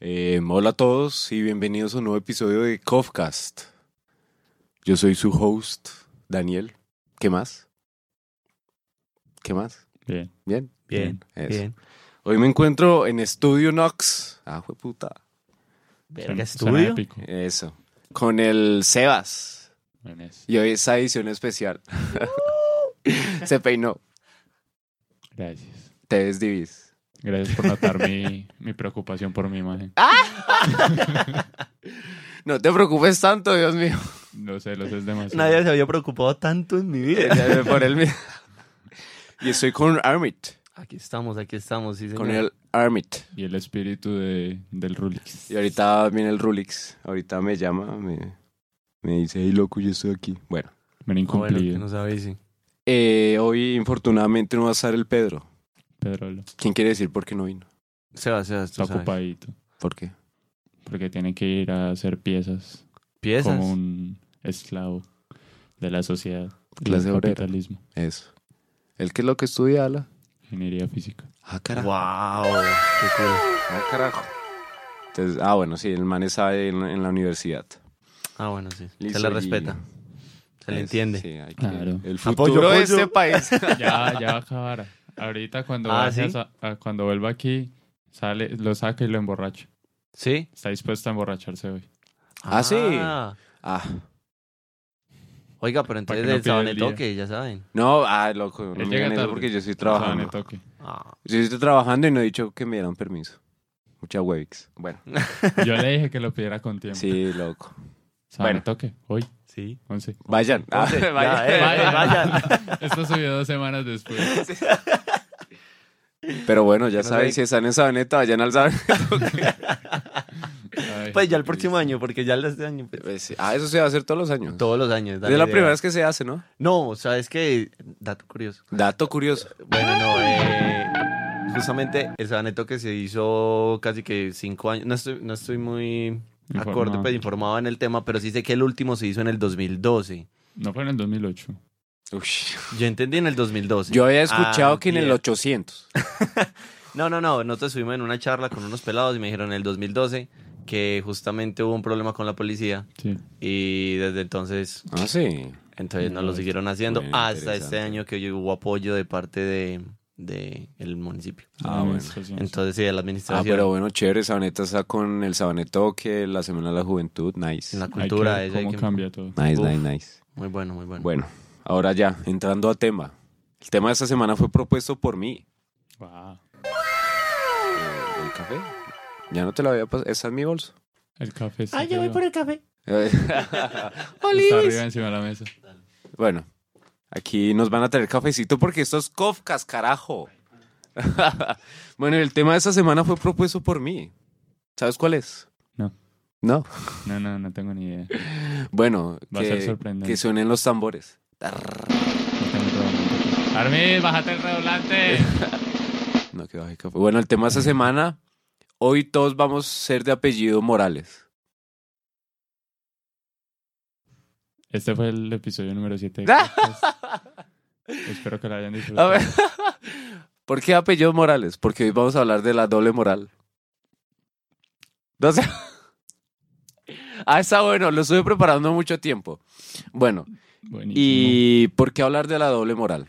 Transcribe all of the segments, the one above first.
Eh, hola a todos y bienvenidos a un nuevo episodio de Kofcast. Yo soy su host, Daniel. ¿Qué más? ¿Qué más? Bien. ¿Bien? Bien, Eso. bien. Hoy me encuentro en Estudio Nox. Ah, fue puta. Suena Verga, estudio. épico. Eso. Con el Sebas. Buenas. Y hoy es edición especial. Se peinó. Gracias. Te ves divis. Gracias por notar mi, mi preocupación por mi imagen. Ah. No te preocupes tanto, Dios mío. Lo sé, lo sé, es demasiado. Nadie se había preocupado tanto en mi vida. Por él mismo. Y estoy con Armit. Aquí estamos, aquí estamos, sí, señor. Con el Armit. Y el espíritu de, del Rulix. Y ahorita viene el Rulix. Ahorita me llama, me, me dice, hey loco, yo estoy aquí. Bueno. Me han Ah, bueno, que incumplido. nos avise. Eh, hoy, infortunadamente, no va a estar el Pedro. Pedro lo- ¿Quién quiere decir por qué no vino? Sebas, Sebas, tú está sabes. ocupadito. ¿Por qué? Porque tiene que ir a hacer piezas, Piezas. como un esclavo de la sociedad. del Clase obrera. capitalismo. Eso. ¿El que es lo que estudia, Ala? Ingeniería física. Ah, carajo. Wow, qué cool. Ah, carajo. Entonces, ah, bueno, sí, el man está en, en la universidad. Ah, bueno, sí. Listo, se le y- respeta, se le Eso, entiende. sí, hay que- Claro. El futuro de apoyo. este país. Ya, ya va a acabar. Ahorita cuando, Ah, vaya ¿sí? a- a- cuando vuelva aquí, sale, lo saca y lo emborracha. ¿Sí? Está dispuesto a emborracharse hoy. Ah, sí. Ah. ah, Oiga, pero Para que entonces no del pierda el sabanetoque, ya saben. no, ah, loco, no me digan Él llega eso tarde. porque yo estoy Saban trabajando. el toque. Ah. Yo estoy trabajando y no he dicho que me dieran permiso. Mucha Webix. Bueno, Yo le dije que lo pidiera con tiempo. sí, loco. Saben Bueno. el toque. Hoy, Sí. 11. Vayan. Ah, Once, ya, vayan. eh, Vayan. vayan. Esto subió dos semanas después. Pero bueno, ya Que no saben, se- si están en Sabaneta, vayan al Sabaneta. Ay, Pues ya el Jesucristo. próximo año, porque ya el de este año. pues, Pues sí. Ah, eso se va a hacer todos los años. Todos los años. es dale la idea. primera vez que se hace, ¿no? No, sabes que. Dato curioso. Dato curioso. Bueno, no, eh, justamente el sabaneto que se hizo casi que cinco años, no estoy, no estoy muy Informado. acorde, pues informado en el tema, pero sí sé que el último se hizo en el 2012. No fue en el 2008. Yo entendí en el 2012. Yo había escuchado Ah, que en el bien. 800. No, no, no, nosotros estuvimos en una charla con unos pelados y me dijeron en el 2012 que justamente hubo un problema con la policía Sí. y desde entonces, Ah, sí. entonces no lo siguieron haciendo Muy hasta este interesante. año que hubo apoyo de parte de, de el municipio. Ah, bueno. Administración. Entonces sí, de la Ah, administración. pero bueno, chévere. Sabaneta está con el Sabanetoque, la Semana de la Juventud. Nice. en la Hay que cultura, ver eso hay ¿Cómo que- cambia todo? Nice, Uf. nice, nice. Muy bueno, muy bueno. Bueno, ahora ya, entrando a tema. El tema de esta semana fue propuesto por mí. Wow. ¿El café? Ya no te lo había pasado. Esa es mi bolso. Eh, El café está Ah, yo voy arriba. por el café. Está arriba encima de la mesa. Bueno, aquí nos van a traer cafecito porque esto es Kofkas, carajo. bueno, el tema de esta semana fue propuesto por mí. ¿Sabes cuál es? No. No. No, no, no tengo ni idea. Bueno, Va a ser que, sorprendente. que suenen los tambores. No tengo redoblante. Armin, bájate el redoblante. No, que baje café. Bueno, el tema de esta semana, hoy todos vamos a ser de apellido Morales. Este fue el episodio número 7. Espero que lo hayan A disfrutado. ver. ¿Por qué apellido Morales? Porque hoy vamos a hablar de la doble moral. No sé. Ah, está bueno, lo estuve preparando mucho tiempo. Bueno, Buenísimo. ¿Y por qué hablar de la doble moral?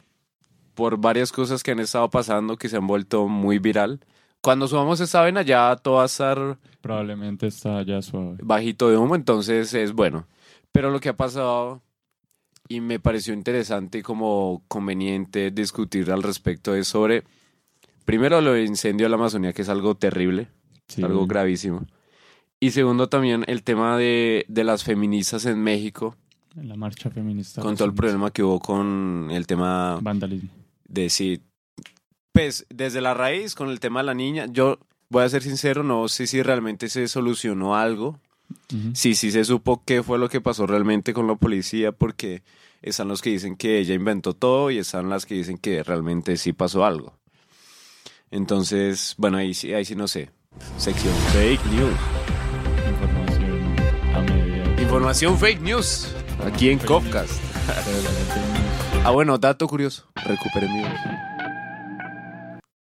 Por varias cosas que han estado pasando que se han vuelto muy viral. Cuando subamos esta vena ya todo va a estar Probablemente está ya suave. bajito de humo, entonces es bueno. Pero lo que ha pasado y me pareció interesante y como conveniente discutir al respecto es sobre, primero, lo del incendio de la Amazonía, que es algo terrible Sí. algo gravísimo. Y segundo, también el tema de, de las feministas en México, En la marcha feminista. con todo el problema que hubo con el tema Vandalismo. de si. Pues desde la raíz, con el tema de la niña, yo voy a ser sincero, no sé si realmente se solucionó algo. Ujú. Sí, sí se supo qué fue lo que pasó realmente con la policía, porque están los que dicen que ella inventó todo y están las que dicen que realmente sí pasó algo. Entonces, bueno, ahí sí, ahí sí no sé. Sección Fake News. Información a medida. Información fake news. Aquí en Copcast. Pero la gente no- Ah, bueno, dato curioso. Recuperé mi voz.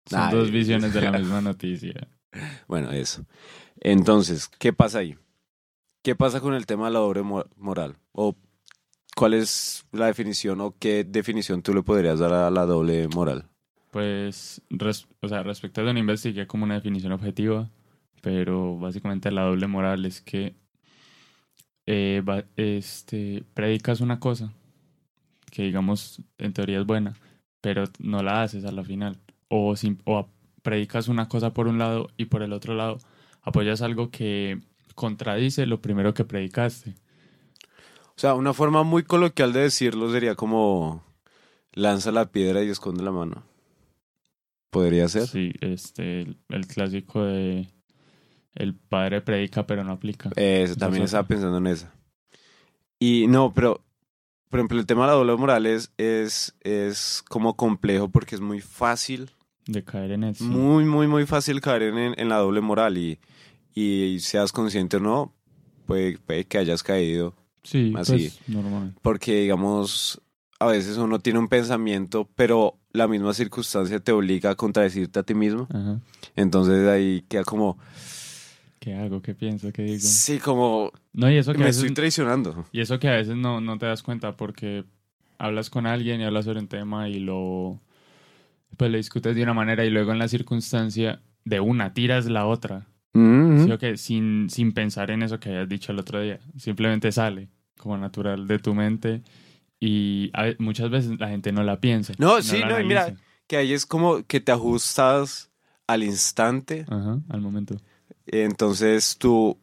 Son Ay. dos visiones de la misma noticia. Bueno, eso. Entonces, ¿qué pasa ahí? ¿Qué pasa con el tema de la doble mo- moral? ¿O cuál es la definición o qué definición tú le podrías dar a la doble moral? Pues, res- o sea, respecto a eso no investigué como una definición objetiva, pero básicamente la doble moral es que eh, va- este, predicas una cosa que digamos en teoría es buena, pero no la haces a la final. O, sim- o a- predicas una cosa por un lado y por el otro lado apoyas algo que contradice lo primero que predicaste. O sea, una forma muy coloquial de decirlo sería como lanza la piedra y esconde la mano. ¿Podría ser? Sí, este, el, el clásico de el padre predica pero no aplica. Eh, Eso también Nosotros. estaba pensando en esa. Y no, pero por ejemplo, el tema de la doble moral es, es, es como complejo porque es muy fácil, De caer en eso. muy, muy, muy fácil caer en, en la doble moral y, y seas consciente o no, puede, puede que hayas caído. Sí, Así. pues normal. Porque, digamos, a veces uno tiene un pensamiento, pero la misma circunstancia te obliga a contradecirte a ti mismo. Ajá. Entonces ahí queda como, ¿Qué hago? ¿Qué pienso? ¿Qué digo? sí, como No, y eso que a me veces, estoy traicionando. y eso que a veces no, no te das cuenta porque hablas con alguien y hablas sobre un tema y lo pues lo discutes de una manera y luego en la circunstancia de una tiras la otra. Mm, ¿Sí o qué? Sin, sin pensar en eso que habías dicho el otro día. Simplemente sale como natural de tu mente y a ve- muchas veces la gente no la piensa. No, sí, la no, y mira, analiza. Que ahí es como que te ajustas al instante. Ajá, al momento. Entonces tú,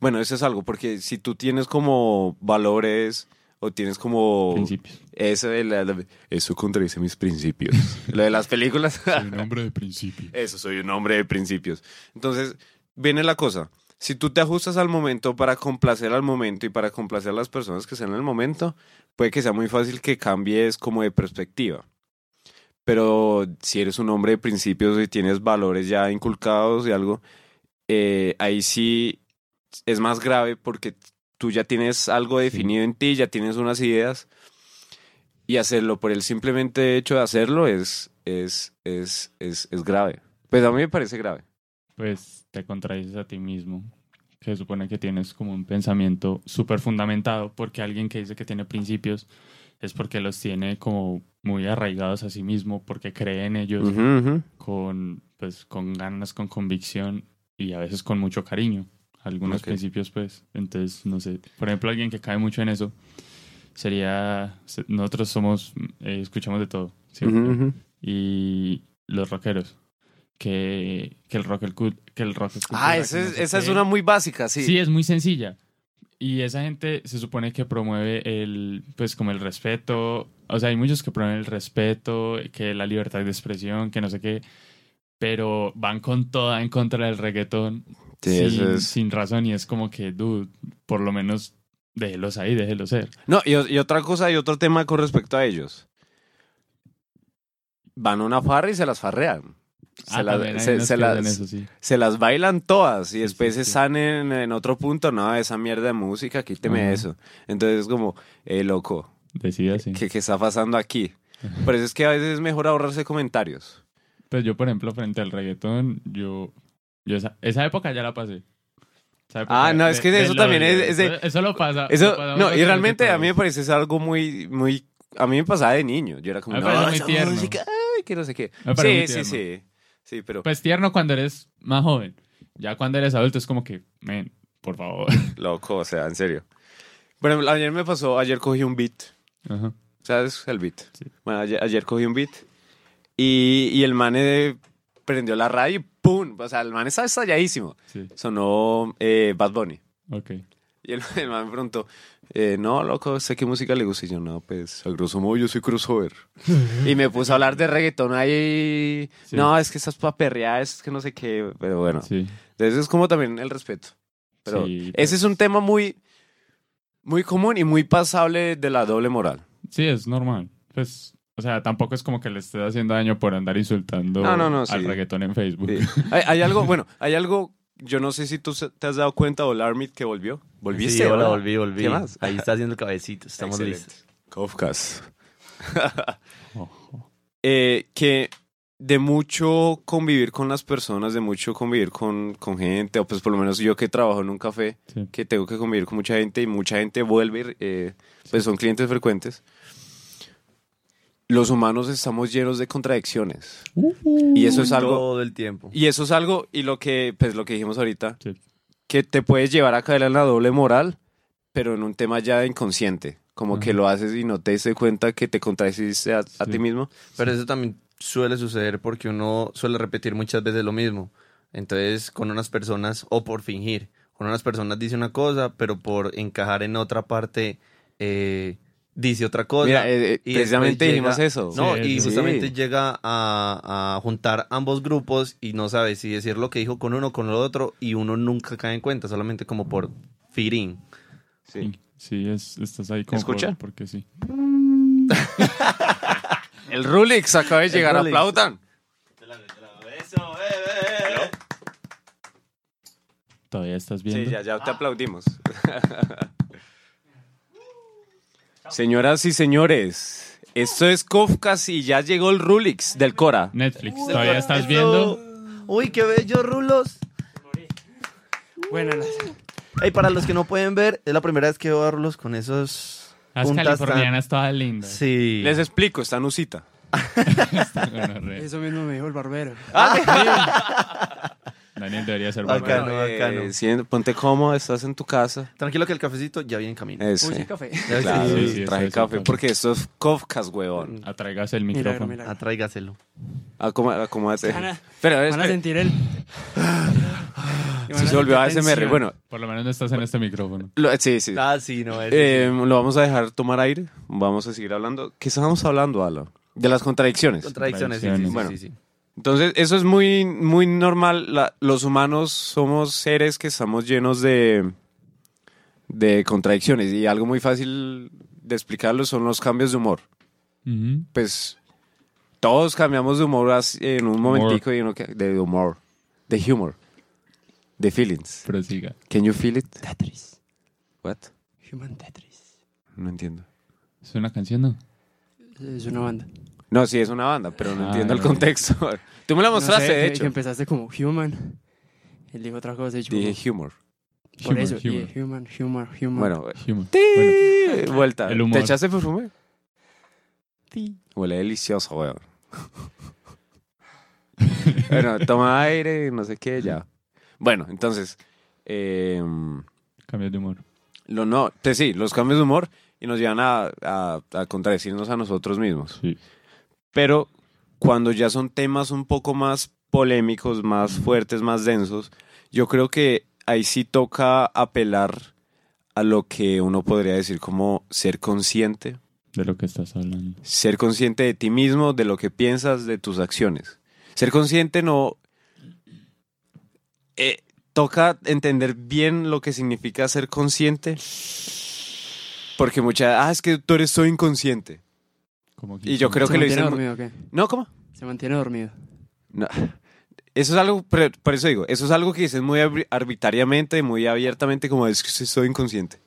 bueno, eso es algo, porque si tú tienes como valores o tienes como... Principios. Eso, de la- la- eso contradice mis principios. Lo de las películas. nombre de principio. Eso, soy un hombre de principios. Entonces, viene la cosa. Si tú te ajustas al momento para complacer al momento y para complacer a las personas que están en el momento, puede que sea muy fácil que cambies como de perspectiva. Pero si eres un hombre de principios y tienes valores ya inculcados y algo, eh, ahí sí es más grave porque tú ya tienes algo definido en ti, ya tienes unas ideas y hacerlo por el simplemente hecho de hacerlo es, es, es, es, es grave. Pues a mí me parece grave. pues te contradices a ti mismo. Que se supone que tienes como un pensamiento súper fundamentado, porque alguien que dice que tiene principios es porque los tiene como muy arraigados a sí mismo, porque cree en ellos Ujú, ujú. con, pues, con ganas, con convicción y a veces con mucho cariño. Algunos Ok. principios, pues. Entonces, no sé. Por ejemplo, alguien que cae mucho en eso sería. se- Nosotros somos. eh, escuchamos de todo. ¿sí? Ujú, ujú. y los rockeros. Que, que el rock, el cul- que el rock es cultura, Ah, que esa no es, sé esa es qué. una muy básica, sí. Sí. es muy sencilla. Y esa gente se supone que promueve el, pues como el respeto. O sea, hay muchos que promueven el respeto, que la libertad de expresión, que no sé qué. Pero van con toda en contra del reggaetón Sí, sin, eso es- sin razón. Y es como que, dude, por lo menos déjelos ahí, déjelos ser. No, y, y otra cosa, y otro tema con respecto a ellos. Van a una farra y se las farrean. Se, Ah, las- también hay se- unos se que las- hacen eso, sí. se las bailan todas y después sí, se sí. sanen en otro punto. No, esa mierda de música, quíteme Ajá. eso. Entonces, como, eh, loco, Decida así. ¿qué, qué está pasando aquí? Ajá. Por eso es que a veces es mejor ahorrarse comentarios. Pues yo, por ejemplo, frente al reggaetón, yo, yo esa, esa época ya la pasé. Esa época Ah, no, es que eso lo- también es- es de- eso, eso lo pasa. lo Eso, pasa Ah, uno no, con y el realmente a reggaetón. mí me parece es algo muy, muy, a mí me pasaba de niño. Yo era como, Me no, parece muy esa tierno. música, ay, que no sé qué. Me parece Sí, muy sí, tierno. sí, sí, pero Pues tierno cuando eres más joven. Ya cuando eres adulto es como que, men, por favor. loco, o sea, en serio. Bueno, ayer me pasó, ayer cogí un beat, Ajá. ¿sabes? El beat. Sí. Bueno, ayer, ayer cogí un beat y, y el mane prendió la radio y ¡pum! O sea, el mane estaba estalladísimo. Sí, Sonó eh, Bad Bunny. ok. Y el, el man me preguntó, eh, no, loco, ¿sé qué música le gusta? Y yo, no, pues, a grosso modo yo soy crossover. y me puse a hablar de reggaetón ahí. Sí. No, es que estás pa' perrear, es que no sé qué. Pero bueno, Sí, entonces es como también el respeto. Pero Sí, pues. ese es un tema muy, muy común y muy pasable de la doble moral. sí, es normal. Pues, o sea, tampoco es como que le estés haciendo daño por andar insultando No, no, no, al sí. reggaetón en Facebook. Sí. hay, hay algo, bueno, hay algo, yo no sé si tú se- te has dado cuenta, o Armit que volvió. ¿Volviste? Sí, hola, hola? volví, volví. ¿Qué más? Ahí está haciendo el cabecito, estamos Excelente. listos. Kafkas. Ojo. eh, que de mucho convivir con las personas, de mucho convivir con, con gente, o pues por lo menos yo que trabajo en un café, Sí. que tengo que convivir con mucha gente y mucha gente vuelve, eh, pues son clientes frecuentes. Los humanos estamos llenos de contradicciones. Uh-huh. Y eso es algo... Todo el tiempo. Y eso es algo, y lo que, pues lo que dijimos ahorita, Sí. que te puedes llevar a caer en la doble moral, pero en un tema ya inconsciente. Como que Ajá. lo haces y no te diste cuenta que te contradiciste a, a Sí. ti mismo. Pero eso también suele suceder porque uno suele repetir muchas veces lo mismo. Entonces, con unas personas, o por fingir, con unas personas dice una cosa, pero por encajar en otra parte, eh, dice otra cosa. Mira, eh, eh, y precisamente después dijimos llega- eso. No, Sí, y sí. justamente llega a, a juntar ambos grupos y no sabe si decir lo que dijo con uno o con el otro, y uno nunca cae en cuenta, solamente como por feeding. Sí. Sí, es- estás ahí como por- ¿Escucha? porque sí. El Rulix acaba de El llegar, Rulix. aplaudan. Todavía estás viendo. Sí, ya, ya te aplaudimos. Señoras y señores, esto es Kofkas y ya llegó el Rulix del Cora. Netflix, todavía estás viendo. Uy, qué bello, Rulos. Bueno, las- Ey, para los que no pueden ver, es la primera vez que veo a Rulos con esos Las puntas tan- californianas todas lindas. Sí. Les explico, está Nusita. Bueno, re- eso mismo me dijo el barbero. Ah, Daniel debería ser Bacano. barbero. bacano. sí, Eh, ponte cómodo, estás en tu casa. Tranquilo que el cafecito ya viene en camino. Ese. Uy, sí, café. Ya Claro, sí, sí. sí, traje eso, eso, café, claro. porque esto es Kofkas, huevón. Atraigas el Milagro, micrófono. milagro. Ah, Atráigaselo. Acomó- Acomódate. Van a- Pero, Van a sentir el... si se volvió a ASMR, bueno, Por lo menos no estás en este micrófono. lo- sí, sí. Ah, sí, no es. Eh, lo vamos a dejar tomar aire, vamos a seguir hablando. ¿Qué estábamos hablando, Ala? De las contradicciones. Contradicciones, sí, sí, contradicciones. sí, Bueno. sí, sí. Entonces, eso es muy, muy normal. La- los humanos somos seres que estamos llenos de, de contradicciones y algo muy fácil de explicarlo son los cambios de humor. Ujú. Pues todos cambiamos de humor as- en un momentico y uno que- de humor, de humor, de feelings. Prosiga. Can you feel it? Tetris. What? Human Tetris. No entiendo. ¿Es una canción, no? Es una banda. No, sí, es una banda, pero no Ah, entiendo el bueno. contexto. Tú me la No mostraste, sé, de que- hecho. Que empezaste como human. Él dijo otra cosa. y yo como- Dije humor. por Humor, eso. humor. dije human, human, human. Bueno, Humor. Bueno, ¡ti! vuelta. El humor. ¿Te echaste perfume? Sí. Huele delicioso, weón. bueno, toma aire, no sé qué, ya. Bueno, entonces, eh, cambios de humor. lo no, te, sí, los cambios de humor y nos llevan a, a- a contradecirnos a nosotros mismos. Sí. Pero cuando ya son temas un poco más polémicos, más fuertes, más densos, yo creo que ahí sí toca apelar a lo que uno podría decir como ser consciente De lo que estás hablando. ser consciente de ti mismo, de lo que piensas, de tus acciones. Ser consciente no... eh, toca entender bien lo que significa ser consciente. Porque muchas... Ah, es que tú eres todo inconsciente. Como Y yo creo ¿Se que lo mantiene dicen... dormido o qué? No, ¿cómo? Se mantiene dormido. No. Eso es algo, pero- por eso digo, eso es algo que dicen muy abri- arbitrariamente, muy abiertamente, como es que soy inconsciente.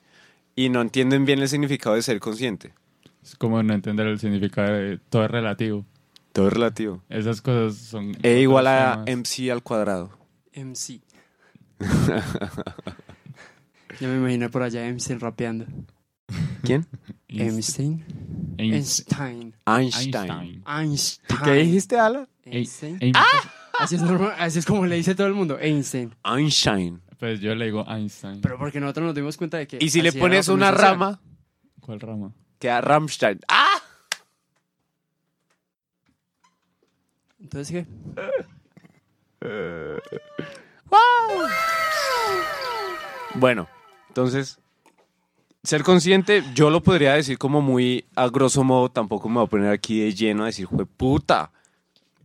Y no entienden bien el significado de ser consciente. Es como no entender el significado de todo es relativo. Todo es relativo. Esas cosas son... E igual a otros temas. MC al cuadrado. MC. Yo me imagino por allá Einstein rapeando. ¿Quién? Einst- Einstein. Einst- Einstein. Einstein. Einstein. Einstein. ¿Qué dijiste, Ala? Einstein. Ein- Así es, normal- así es como le dice todo el mundo, Einstein. Einstein. Pues yo le digo Einstein. Pero porque nosotros nos dimos cuenta de que... Y si le así era la pones una pronunciación. rama, ¿Cuál rama? queda Rammstein. ¡Ah! Entonces, ¿qué? Bueno, entonces, ser consciente, yo lo podría decir como muy a grosso modo, tampoco me voy a poner aquí de lleno a decir, puta,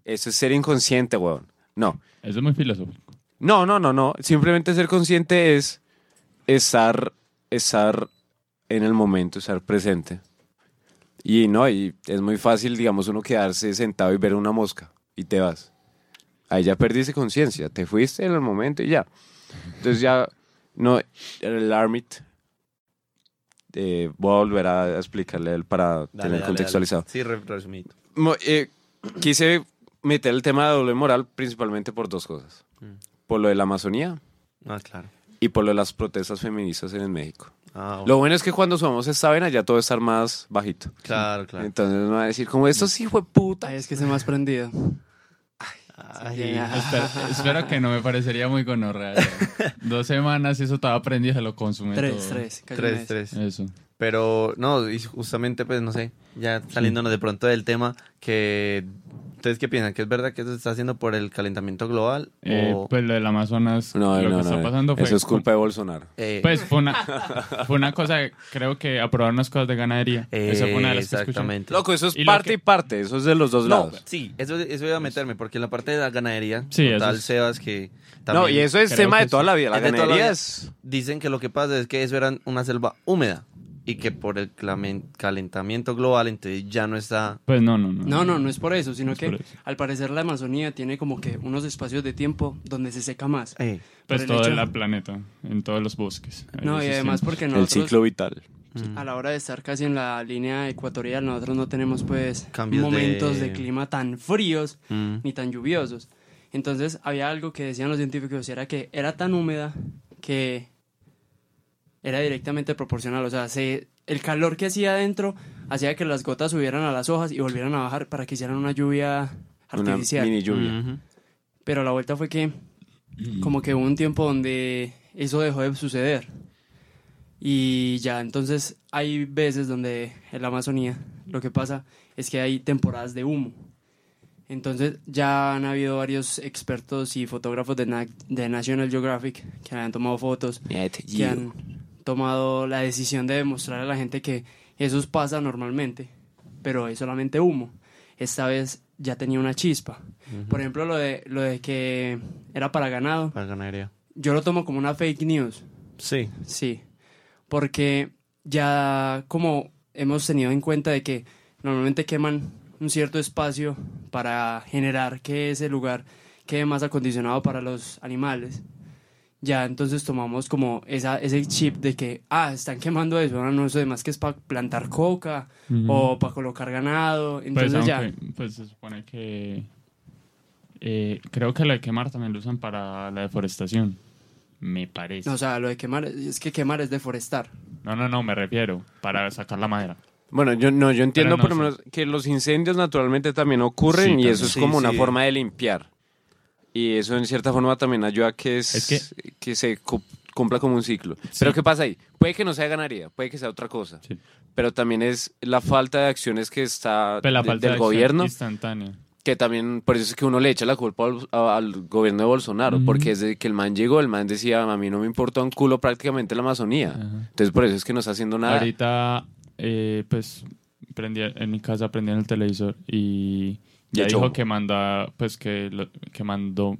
eso es ser inconsciente, weón. No, Eso es muy filosófico. no, no, no, no. Simplemente ser consciente es estar, estar en el momento, estar presente. Y no, y es muy fácil, digamos, uno quedarse sentado y ver una mosca y te vas. Ahí ya perdiste conciencia, te fuiste en el momento y ya. Entonces ya, no, el Armit, eh, voy a volver a explicarle a él para Dale, tener dale, contextualizado. dale. Sí, re- resumido. Mo- eh, quise meter el tema de doble moral principalmente por dos cosas. Mm. Por lo de la Amazonía Ah, claro. y por lo de las protestas feministas en México. Ah, Lo bueno es que cuando subamos esta vaina ya todo está más bajito. Claro, claro. Entonces nos va a decir como, estos hijos de puta. Ay, es que se más prendido. Ay, ya. Espero, espero que no me parecería muy gonorrea. ya. Dos semanas y eso estaba aprendido y se lo consume Tres, todo. tres. casi tres, mes. tres. Eso. Pero no, y justamente, pues no sé, ya saliéndonos de pronto del tema, que ustedes qué piensan, que es verdad que eso se está haciendo por el calentamiento global Eh, o pues lo del Amazonas, Oh. No, no, lo que no. está no. pasando fue... Eso es culpa de Bolsonaro. eh, Pues fue una, fue una cosa, creo que aprobaron unas cosas de ganadería. eh, Esa fue una de las que escuché. exactamente. Loco, eso es Y lo parte que- y parte. Eso es de los dos No, lados. sí, eso, eso iba a meterme porque en la parte de la ganadería, Sí, eso total es- Sebas que No, y también eso es creo tema que de toda sí. la vida. La Es de toda la ganadería vida. es... dicen que lo que pasa es que eso era una selva húmeda y que por el clamen- calentamiento global entonces ya no está Pues no, no, no. No, no, no es por eso, sino es que por eso. al parecer la Amazonía tiene como que unos espacios de tiempo donde se seca más. eh, por Pues el todo hecho- el planeta, en todos los bosques. Ahí No, y existen. además porque El nosotros ciclo vital. mm, a la hora de estar casi en la línea ecuatorial, nosotros no tenemos pues Cambios de- momentos de clima tan fríos mm, ni tan lluviosos. Entonces había algo que decían los científicos, era que era tan húmeda que era directamente proporcional, o sea, se- el calor que hacía adentro hacía que las gotas subieran a las hojas y volvieran a bajar para que hicieran una lluvia Una artificial. mini Mm. lluvia. mhm. Pero la vuelta fue que como que hubo un tiempo donde eso dejó de suceder. Y ya, entonces hay veces donde en la Amazonía lo que pasa es que hay temporadas de humo. Entonces ya han habido varios expertos y fotógrafos de, Na- de National Geographic que han tomado fotos, este que han tomado la decisión de demostrar a la gente que eso pasa normalmente, pero es solamente humo. Esta vez ya tenía una chispa. Por ejemplo, lo de, lo de que era para ganado, Para ganadería. yo lo tomo como una fake news, Sí. sí. Porque ya como hemos tenido en cuenta de que normalmente queman un cierto espacio para generar que ese lugar quede más acondicionado para los animales. Ya entonces tomamos como esa, ese chip de que, ah, están quemando eso, ahora no eso demás que es para plantar coca Ujú. o para colocar ganado. Entonces Pues, ya... aunque, pues se supone que... eh, creo que lo de quemar también lo usan para la deforestación. Me parece. O sea, lo de quemar, es que quemar es deforestar. No, no, no, me refiero. Para sacar la madera. Bueno, yo no, yo entiendo no, por lo sí. menos que los incendios naturalmente también ocurren Sí, y también. eso es Sí, como una sí. forma de limpiar. Y eso en cierta forma también ayuda a que, es- Es que... se cu- cumpla como un ciclo. Sí. Pero ¿qué pasa ahí? Puede que no sea ganadería, puede que sea otra cosa. Sí. Pero también es la falta de acciones que está Pero Pues la de- falta del de acción gobierno, Instantánea. que también por eso es que uno le echa la culpa al, a- al gobierno de Bolsonaro, Ujú. porque desde que el man llegó, el man decía, a mí no me importa un culo prácticamente la Amazonía. Ajá. Entonces por eso es que no está haciendo nada. Ah. Ahorita, eh, pues, prendí, en mi casa prendían el televisor y De ya hecho. dijo que manda, pues, que, lo- que mandó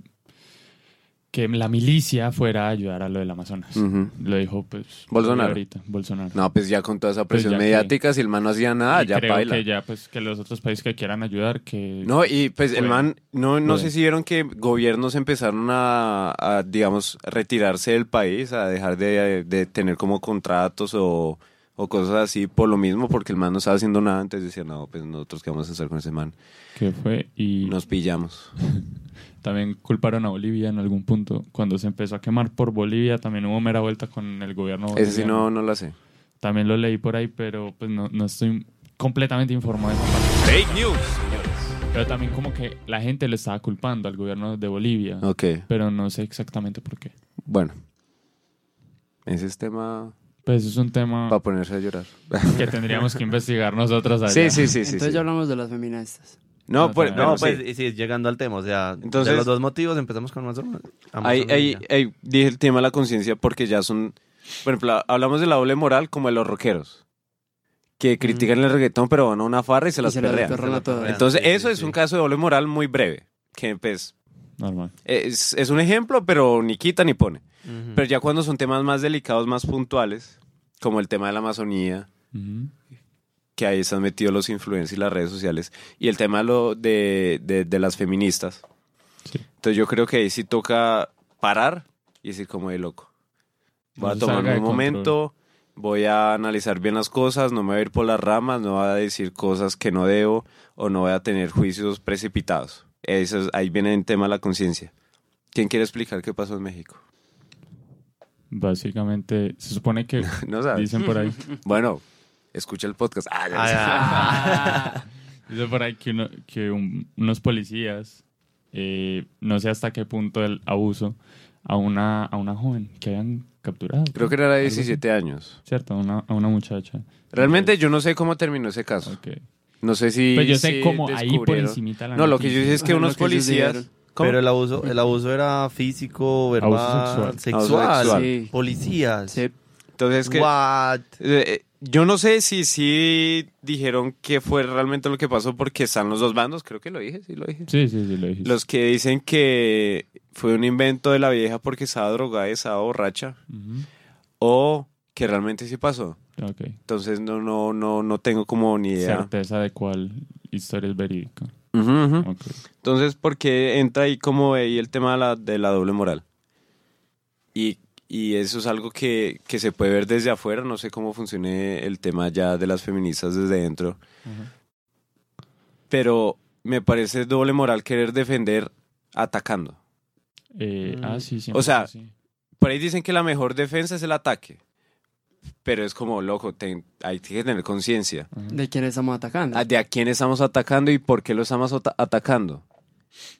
que la milicia fuera a ayudar a lo del Amazonas. Ujú. Lo dijo, pues, Bolsonaro. ahorita, Bolsonaro. No, pues ya con toda esa presión ya mediática, si el man no hacía nada, Y ya creo baila. que ya, pues, que los otros países que quieran ayudar, que... No, y pues el Bueno, man, no, no bueno. sé si vieron que gobiernos empezaron a, a, digamos, retirarse del país, a dejar de, de tener como contratos o, o cosas así por lo mismo, porque el man no estaba haciendo nada, entonces decía, no, pues nosotros qué vamos a hacer con ese man, que fue y nos pillamos. también culparon a Bolivia en algún punto. Cuando se empezó a quemar por Bolivia, también hubo mera vuelta con el gobierno Ese sí boliviano. no, no la sé. También lo leí por ahí, pero pues no, no estoy completamente informado de esa parte. Fake news, señores. Pero también como que la gente le estaba culpando al gobierno de Bolivia, Ok, pero no sé exactamente por qué. bueno. Ese es tema Pues es un tema para ponerse a llorar. que tendríamos que investigar nosotros allá. Sí, sí, sí, sí. Entonces sí. ya hablamos de las feministas. No, No, pues, todavía no, No, pues, pues sí. llegando al tema, o sea, Entonces- de los dos motivos empezamos con Amazon. Ahí, Amazon, ahí, ya. ahí dije el tema de la conciencia porque ya son, por ejemplo, hablamos de la doble moral como de los rockeros, que critican el reggaetón pero van a una farra y se Y las se las perrean. perrean. Se la todas. perrean, Entonces pues, sí, sí, eso es sí. un caso de doble moral muy breve, que pues, Normal. es, es un ejemplo pero ni quita ni pone. Ujú. Pero ya cuando son temas más delicados, más puntuales, como el tema de la Amazonía, Ujú. que ahí están metidos los influencers y las redes sociales, y el tema de lo de, de- de las feministas. Sí. Entonces yo creo que ahí sí toca parar y decir como de loco. Voy No a se tomar salga de un momento, voy a analizar bien las cosas, no me voy a ir por las ramas, no voy a decir cosas que no debo o no voy a tener juicios precipitados. Eso es- ahí viene en tema la conciencia. ¿Quién quiere explicar qué pasó en México? Básicamente, se supone que No sabes. dicen por ahí, Bueno, escucha el podcast. Ah, ya lo sé. Ah. dicen por ahí que, uno- que un- unos policías, eh, no sé hasta qué punto el abuso a una, a una joven que habían capturado. Creo que era de Algo así. 17 años. Cierto, a una, a una muchacha. Realmente yo no sé cómo terminó ese caso. Ok. No sé si. Pero Pues yo sé si cómo ahí por descubrieron. encimita la No, lo que yo noticia. dije es que Ajá, unos lo que ellos policías. dijeron. ¿Cómo? Pero el abuso, el abuso era físico, verbal, sexual. sexual. Abuso sexual. Sí. Policías. Sí. Entonces que. What? Eh, eh, yo no sé si sí dijeron qué fue realmente lo que pasó porque están los dos bandos, creo que lo dije, sí lo dije. Sí, sí, sí, lo dijiste. Los que dicen que fue un invento de la vieja porque estaba drogada y estaba borracha Ujú, o que realmente sí pasó. ok. Entonces no no no no tengo como ni idea. Certeza de cuál historia es verídica. Ujú, ujú. Ok. Entonces, ¿por qué entra ahí como ahí el tema de la, de la doble moral? Y, y eso es algo que, que se puede ver desde afuera, no sé cómo funcione el tema ya de las feministas desde dentro, Ajá. pero me parece doble moral querer defender atacando. Eh, Mm. Ah, sí, sí. O sea, sí. Por ahí dicen que la mejor defensa es el ataque, pero es como, loco, ten- hay que tener conciencia Ajá. ¿De quién estamos atacando? a- Ah, de a quién estamos atacando y por qué lo estamos ata- atacando.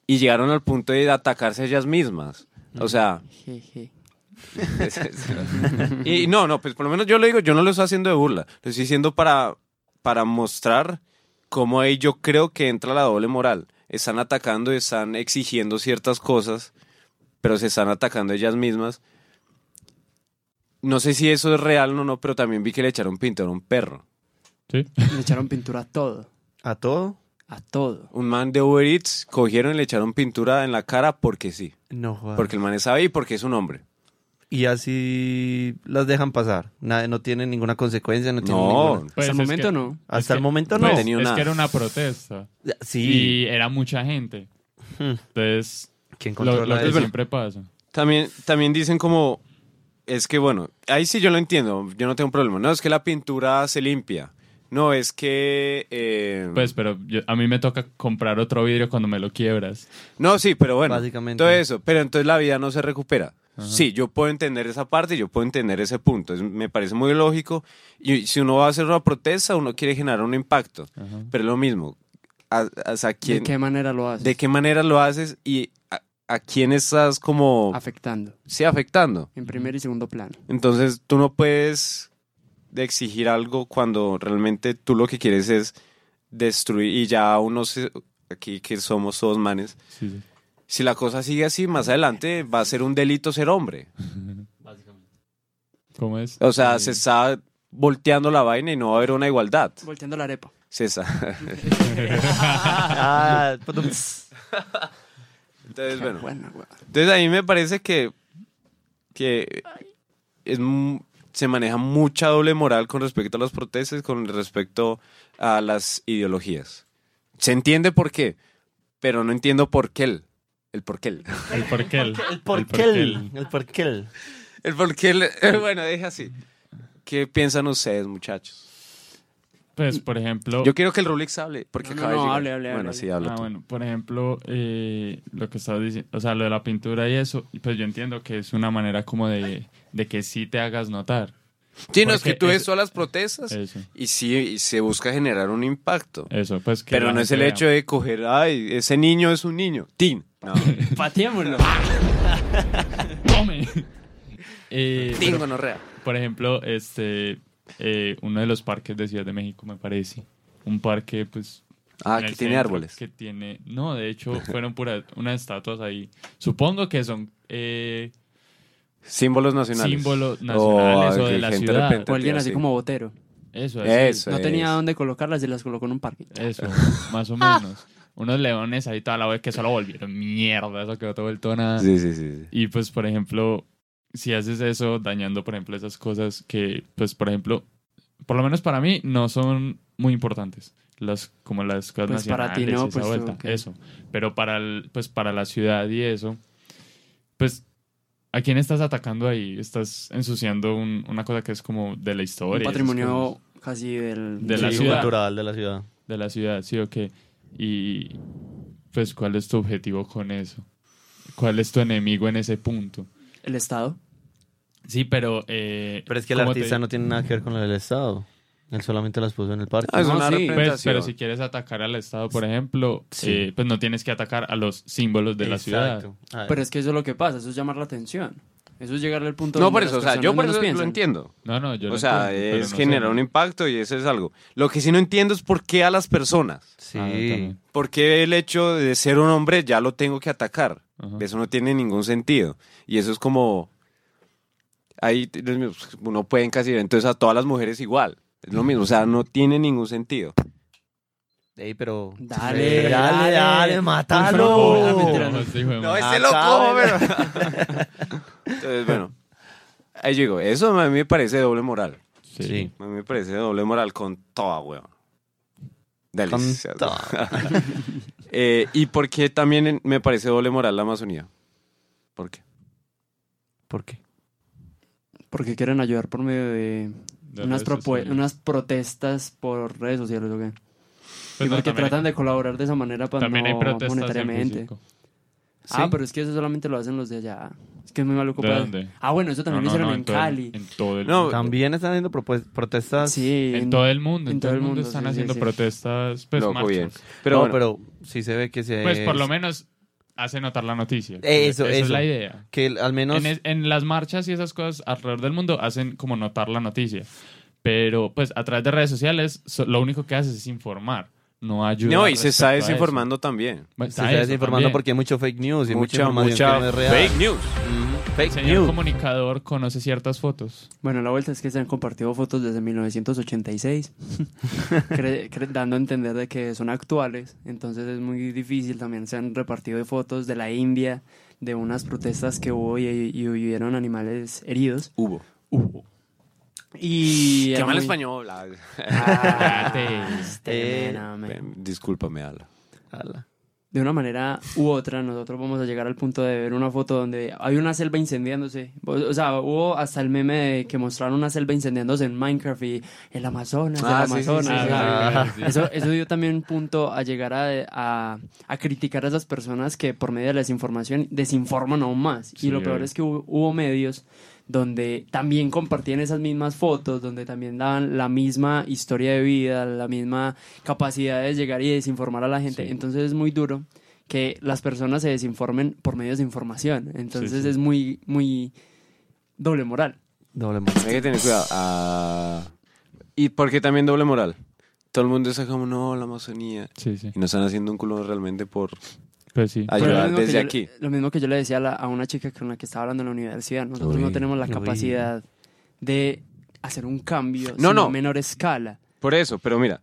Y llegaron al punto de atacarse ellas mismas. O sea, Jeje. y no, no, pues por lo menos yo lo digo, yo no lo estoy haciendo de burla, lo estoy diciendo para, para mostrar cómo ahí yo creo que entra la doble moral. Están atacando, están exigiendo ciertas cosas, pero se están atacando ellas mismas. No sé si eso es real o no, pero también vi que le echaron pintura a un perro. Sí. Le echaron pintura a todo. ¿A todo? A todo. Un man de Uber Eats cogieron y le echaron pintura en la cara porque sí, No, jodas. porque el man es ahí y porque es un hombre. Y así las dejan pasar. Nada, no tienen ninguna consecuencia, no tienen No, ninguna- Pues Hasta el es momento que- no. Hasta es que- el momento no no. he pues, tenido es nada. que era una protesta. Sí. Y era mucha gente. Hmm. Entonces, ¿Quién lo, lo controla que eso? siempre pasa. También, también dicen como, es que bueno, ahí sí yo lo entiendo, yo no tengo problema. No, es que la pintura se limpia. No, es que... eh, Pues, pero yo- a mí me toca comprar otro vidrio cuando me lo quiebras. no, sí, pero bueno. Básicamente. Todo eso, pero entonces la vida no se recupera. Sí, yo puedo entender esa parte, yo puedo entender ese punto. es- me parece muy lógico. Y si uno va a hacer una protesta, uno quiere generar un impacto. Ajá. Pero es lo mismo, ¿a- ¿hacia quién? ¿De qué manera lo haces? de qué manera lo haces y a, a quién estás como... Afectando. sí, afectando. En primer y segundo plano. Entonces tú no puedes de exigir algo cuando realmente tú lo que quieres es destruir y ya unos eh, aquí que somos todos manes. Sí, sí. Si la cosa sigue así, más adelante va a ser un delito ser hombre. ¿Cómo es? O sea, Eh, se está volteando la vaina y no va a haber una igualdad. Volteando la arepa. Se está- Ah, putum. Entonces, Qué bueno. buena, güey. Entonces a mí me parece que, que es, mu- se maneja mucha doble moral con respecto a las protestas, con respecto a las ideologías. Se entiende por qué, pero no entiendo por qué el, el por qué el. El porquel. porquel. El porquel. El porquel. El por qué el, eh, bueno, deja así. ¿Qué piensan ustedes, muchachos? Pues, por ejemplo... Yo quiero que el Rulix hable, porque No, no, acaba de llegar. no, hable, hable, Bueno, hable. sí, habla Ah, tú. bueno, por ejemplo, eh, lo que estabas diciendo, o sea, lo de la pintura y eso, y pues yo entiendo que es una manera como de, de que sí te hagas notar. Sí, no, es que porque tú ves es- todas las protestas eh. Eso, y sí, y se busca generar un impacto. eso, pues que... Pero la no es el gente hecho de coger, ay, ese niño es un niño. Tin. No. Patiémoslo. vea, ¡Tome! Eh, pero, gonorrea. por ejemplo, este, eh, uno de los parques de Ciudad de México, me parece, un parque, pues... Ah, en que el tiene centro, árboles. Que tiene... No, de hecho, fueron puras unas estatuas ahí. Supongo que son... eh, Símbolos nacionales. Oh, Símbolos nacionales o de que la gente ciudad. repente O alguien te así hace- como botero. eso, Eso. No es. tenía dónde colocarlas y las colocó en un parque. Eso, más o menos. Unos leones ahí toda la vez que solo volvieron mierda, eso quedó todo vuelto nada. Sí, sí, sí. sí. Y pues, por ejemplo, si haces eso dañando, por ejemplo, esas cosas que, pues, por ejemplo, por lo menos para mí no son muy importantes. Las, como las cosas Pues, para nacionales ti no, y esa pues, vuelta, ok. eso. Pero para, el- pues, para la ciudad y eso, pues, ¿a quién estás atacando ahí? Estás ensuciando un- una cosa que es como de la Un historia. esas cosas. patrimonio casi del... De la Sí, ciudad. cultural de la ciudad. de la ciudad, sí o qué. Y pues cuál es tu objetivo con eso. ¿Cuál es tu enemigo en ese punto? El Estado. Sí, pero... eh, Pero es que el ¿cómo te- artista no tiene nada que ver con lo del Estado. Él solamente las puso en el parque. Ah, es No, una sí, pues, Pues, representación. pero si quieres atacar al Estado, por ejemplo, Sí. eh, pues no tienes que atacar a los símbolos de la ciudad. Exacto. Ah, Pero es que eso es lo que pasa, eso es llamar la atención. Eso es llegarle al punto no, donde por las eso, o sea, personas yo por menos eso lo piensan. entiendo. No, no, yo O lo sea, entiendo, pero es no sé, generar ¿no? un impacto y eso es algo. Lo que sí no entiendo es por qué a las personas. sí. Ah, también. ¿Por qué el hecho de ser un hombre ya lo tengo que atacar? Ajá. Eso no tiene ningún sentido. Y eso es como... Ahí t- uno puede encasillar entonces a todas las mujeres igual. Es lo mismo, o sea, no tiene ningún sentido. Ey, pero... Dale, dale, dale, dale, mátalo. por favor. Ah, mentira, No, no. sí, güey, No, madre. ese lo como, pero... Entonces, bueno. Ahí digo, eso a mí me parece doble moral. Sí. Sí. A mí me parece doble moral con toda, weón. Delicioso. Tonto. Eh, ¿Y por qué también en- me parece doble moral la Amazonía? ¿Por qué? ¿Por qué? Porque quieren ayudar por medio de De unas, redes propue- sociales. unas protestas por redes sociales o qué. Pues y no, porque también- tratan de colaborar de esa manera para También no hay protestas en monetariamente. físico. Ah, pero es que eso solamente lo hacen los de allá. Es que es muy maluco. ¿De para- dónde? Ah, bueno, eso también No, lo no, hicieron no, en, todo el- Cali. En todo el No, También están haciendo propues- protestas. Sí, En en- todo el mundo, en en todo el mundo están sí, sí, haciendo sí. protestas, pues, Loco, marchas. bien. Pero Pero, no, bueno, pero sí se ve que se... Pues por lo menos hace notar la noticia. Eso, Esa es eso. la idea. Que el- al menos... En, es- en las marchas y esas cosas alrededor del mundo hacen como notar la noticia. Pero pues a través de redes sociales so- lo único que haces es informar, no ayudar. no, y se está respecto a eso. desinformando también. Bueno, Se está está eso desinformando también. porque hay mucho fake news y mucha, Mucha, información que mucha no es real. fake news. Ujú. el Fake señor news. comunicador conoce ciertas fotos. Bueno, la vuelta es que se han compartido fotos desde 1986, cre- cre- dando a entender de que son actuales, entonces es muy difícil. También se han repartido fotos de la India, de unas protestas que hubo y, y hubieron animales heridos. Hubo. Y Qué era mal muy- español. ah. Ah, Espérate. este, Eh, no, me- Ven, Discúlpame, Ala. Ala. de una manera u otra, nosotros vamos a llegar al punto de ver una foto donde hay una selva incendiándose. O- O sea, hubo hasta el meme de que mostraron una selva incendiándose en Minecraft y el Amazonas, Ah, el sí, sí, Amazonas. sí, sí, la- Ah, sí, sí, sí. Eso, eso dio también punto a llegar a, a- a criticar a esas personas que por medio de la desinformación desinforman aún más. Sí, y lo peor obvio. es que hubo, hubo medios donde también compartían esas mismas fotos, donde también daban la misma historia de vida, la misma capacidad de llegar y desinformar a la gente. Sí. Entonces es muy duro que las personas se desinformen por medios de información. Entonces sí. es muy, muy doble moral. Doble moral. Hay que tener cuidado. Ah, ¿Y por qué también doble moral? Todo el mundo está como, no, la Amazonía. Sí, sí. Y nos están haciendo un culo realmente por Pues sí. Pero lo ayudar mismo que desde yo- aquí. Lo mismo que yo le decía a, la- a una chica con la que estaba hablando en la universidad. Nosotros Uy, no tenemos la uy. capacidad de hacer un cambio No, sino no. a menor escala. Por eso, pero mira,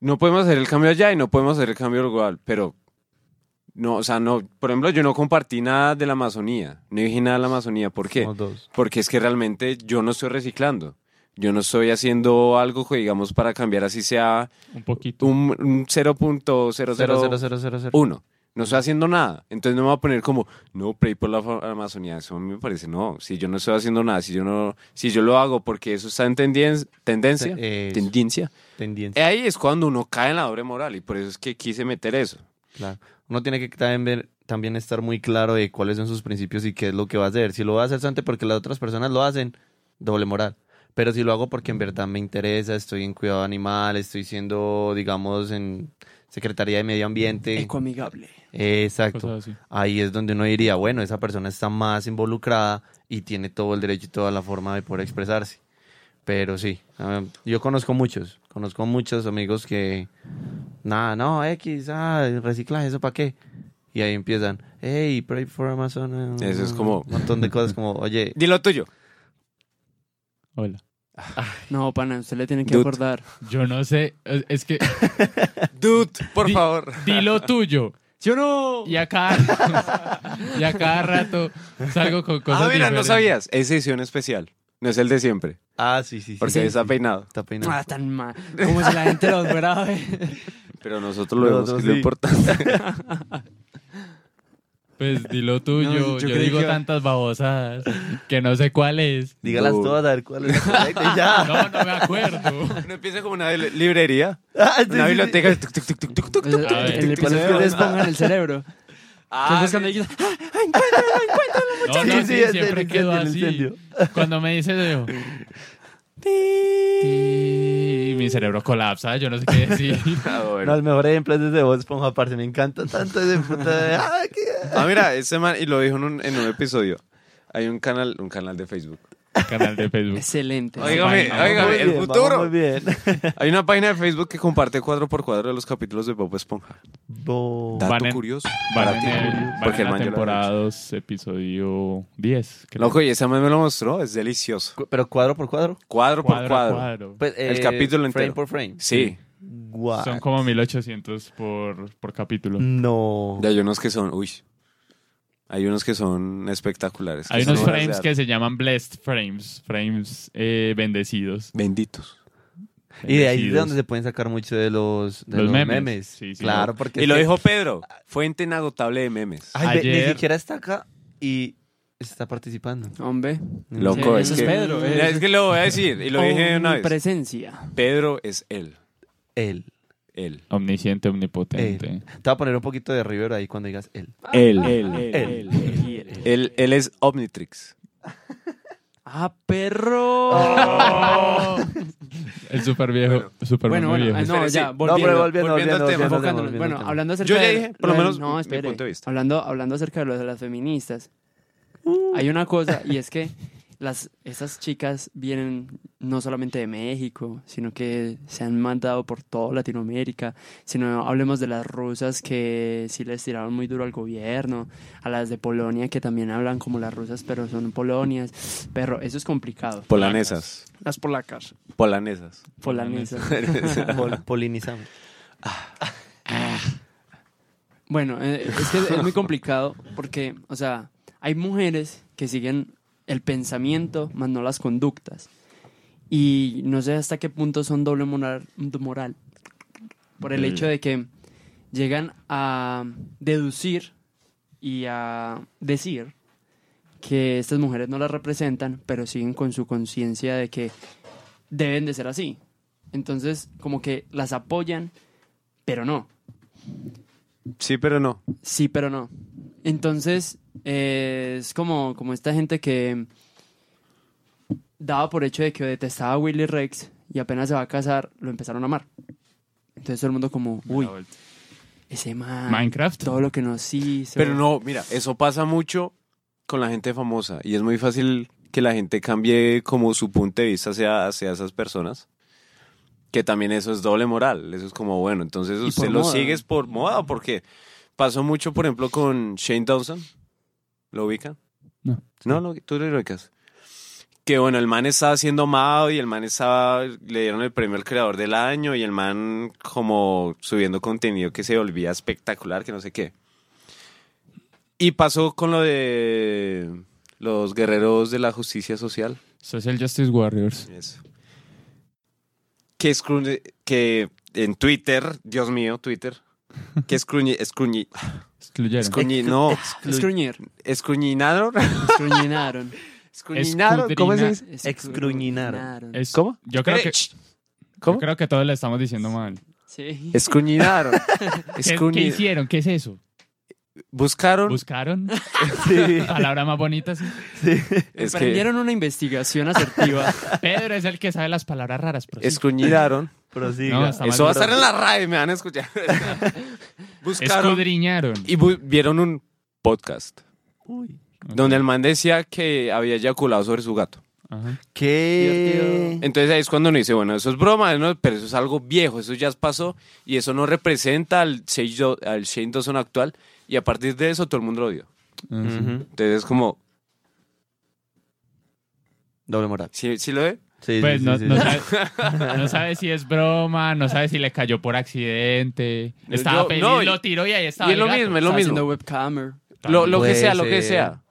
no podemos hacer el cambio allá y no podemos hacer el cambio global, pero no, o sea, no, por ejemplo, yo no compartí nada de la Amazonía, no dije nada de la Amazonía, ¿por qué? Somos dos. Porque es que realmente yo no estoy reciclando. Yo no estoy haciendo algo, que, digamos, para cambiar así sea Un poquito. un, un 0.001. Cero, cero, cero, cero, cero. No estoy haciendo nada. Entonces no me voy a poner como, no, pray por la fa- Amazonía. Eso a mí me parece, no. Si yo no estoy haciendo nada, si yo no, si yo lo hago porque eso está en tendien- tendencia, Eso. tendencia, eh, Tendencia, Ahí es cuando uno cae en la doble moral y por eso es que quise meter eso. claro. Uno tiene que también ver, también estar muy claro de cuáles son sus principios y qué es lo que va a hacer. Si lo va a hacer solamente porque las otras personas lo hacen, doble moral. Pero si lo hago porque en verdad me interesa, estoy en cuidado animal, estoy siendo, digamos, en Secretaría de Medio Ambiente. Ecoamigable. Exacto. Cosas así. Ahí es donde uno diría, bueno, esa persona está más involucrada y tiene todo el derecho y toda la forma de poder expresarse. Pero sí, ah, yo conozco muchos, conozco muchos amigos que, nada, no, X, ah, reciclaje, ¿eso para qué? Y ahí empiezan, hey, pray for Amazon. eh, Eso es como- Un montón de cosas como, oye, Dilo tuyo. Hola. No, pana, usted le tiene que Dude. acordar. Yo no sé, es es que Dude, por Di- favor. di lo tuyo. ¿Sí o no? Y a cada, y a cada rato salgo con cosas Ah, mira, no diferentes. sabías. Es edición especial. No es el de siempre. ah, sí, sí, sí. Porque está peinado. Está peinado. Ah, tan mal. Como si la gente los eh. fuera a ver. Pero nosotros lo vemos, que Nosotros es lo sí. importante. Pues dilo tú, No, yo, yo yo creí digo que- tantas babosadas que no sé cuál es. Dígalas No. todas a ver cuál es la correcta y ya. No, no me acuerdo. Uno empieza como una li- librería, Ah, sí, sí, una sí. biblioteca. tuc, tuc, tuc, tuc, tuc, tuc, Es Eh, el- tuc, A ver, el tuc, tuc, episodio tuc, que tuc. les pongan en el cerebro. Ah, Entonces, cuando sí. ellos- No, Sí, no, sí, sí, es el siempre incendio, quedó el así. incendio. Cuando me dices eso, mi cerebro colapsa, yo no sé qué decir. Ah, bueno. No, el mejor ejemplo es desde Bob Esponja, aparte. Me encanta tanto ese puta de... Ah, qué- Ah, mira, ese man, y lo dijo en un, en un episodio. Hay un canal, un canal de Facebook. Canal de Facebook. Excelente. Óigame, Vamos óigame, Muy el bien, futuro. vamos Muy bien. Hay una página de Facebook que comparte cuadro por cuadro de los capítulos de Bob Esponja. Bo- Dato Van en- curioso. Van para en, ti, el- curioso. van Porque en el la man ya lo había temporada hecho. 2, episodio 10. creo. Loco, y esa man me lo mostró, es delicioso. Cu- Pero cuadro por cuadro. Cuadro, por Cuadro a cuadro. cuadro. Pues, El eh, capítulo entero. Frame por frame. Sí. Guau. Son como 1800 por, por Mm, capítulo. No. Y hay unos que son, uy. Hay unos que son espectaculares. que Hay son unos obras de frames arte. que se llaman blessed frames, frames eh, bendecidos. Benditos. Y de ahí es de Bendecidos. donde se pueden sacar mucho de los, de Los los memes. memes. Sí, sí, claro, no. porque. Y es lo que- dijo Pedro, fuente inagotable de memes. Ay, ve, Ni Ayer- siquiera está acá y está participando. Hombre. Loco, Sí, es ese que. es Pedro, eh. Mira, es que lo voy a decir, Oh, y lo dije de una vez. Presencia. Pedro es él. Él. Él. Omnisciente, omnipotente. Te voy a poner un poquito de River ahí cuando digas él. Él. Ah. Él. Él. Él, él es Omnitrix. Ah, perro. Ah, Oh. El super viejo, super bueno, bueno, viejo. ah, no, Espere, sí. No, ya, No, pero volviendo. volviendo, volviendo al tema. volviendo, volviendo al tema, enfocándonos. volviendo al Bueno, tema. hablando acerca Yo ya de- dije, por lo de- menos, no, mi espere. punto de vista. Hablando, hablando acerca de lo de las feministas. Hay una cosa, y es que las, esas chicas vienen no solamente de México, sino que se han mandado por toda Latinoamérica. Si no hablemos de las rusas que sí les tiraron muy duro al gobierno, a las de Polonia que también hablan como las rusas, pero son polonias. Pero eso es complicado. Polanesas. Las polacas. Polanesas. Polanesas. Pol- polinizamos. Ah. Bueno, eh, es que es muy complicado porque, o sea, hay mujeres que siguen el pensamiento, más no las conductas. Y no sé hasta qué punto son doble moral. moral por el Mm. hecho de que llegan a deducir y a decir que estas mujeres no las representan, pero siguen con su conciencia de que deben de ser así. Entonces, como que las apoyan, pero no. Sí, pero no. Sí, pero no. Entonces, eh, es como, como esta gente que daba por hecho de que detestaba a Willy Rex y apenas se va a casar, lo empezaron a amar. Entonces todo el mundo como, uy, ese man, Minecraft. todo lo que nos hizo. Pero no, mira, eso pasa mucho con la gente famosa y es muy fácil que la gente cambie como su punto de vista hacia, hacia esas personas. Que también eso es doble moral. Eso es como, bueno, entonces por usted lo moda. sigue es por moda o porque pasó mucho, por ejemplo, con Shane Dawson. ¿Lo ubican? No. No, lo- tú lo ubicas. Que bueno, el man estaba siendo amado y el man estaba, le dieron el premio al creador del año y el man como subiendo contenido que se volvía espectacular, que no sé qué. Y pasó con lo de los guerreros de la justicia social. Social Justice Warriors. Eso. Que, escruñe- que en Twitter, Dios mío, Twitter, que escruñi, escruñi, Excluyeron. escruñi, no, Escruñir. escruñinaron, Escruñinaron. escruñinaron, ¿cómo se dice? Escruñinaron. Es- ¿Cómo? Eh, Yo creo que, Ch- yo ¿Cómo? creo que todos le estamos diciendo mal. Sí. Escruñinaron. ¿Qué, Escruñi- qué hicieron? ¿Qué es eso? Buscaron. ¿Buscaron? Sí, Palabra más bonita. sí. sí. Es que Emprendieron una investigación asertiva. Pedro es el que sabe las palabras raras. pero sí. escruñinaron. Prosiga. No, está mal. Eso va a estar en la radio, me van a escuchar. Buscaron. Escudriñaron. Y bu- vieron un podcast Uy. donde el man decía que había eyaculado sobre su gato. Ajá. ¿Qué? Entonces ahí es cuando uno dice, bueno, eso es broma, ¿no? pero eso es algo viejo, eso ya pasó y eso no representa al Shane, Do- al Shane Dawson actual y a partir de eso todo el mundo lo odia. Ah, sí. Ujú. Entonces es como, Doble moral. ¿sí, sí lo ve? Sí, Pues sí, no, sí, no sí. Sabe, no sabe si es broma, no sabe si le cayó por accidente. Estaba Yo- feliz, no, y- lo tiró y ahí estaba. Y es el lo gato. mismo, es lo mismo. Haciendo webcamer. Lo, lo que Puede sea, lo que ser. sea.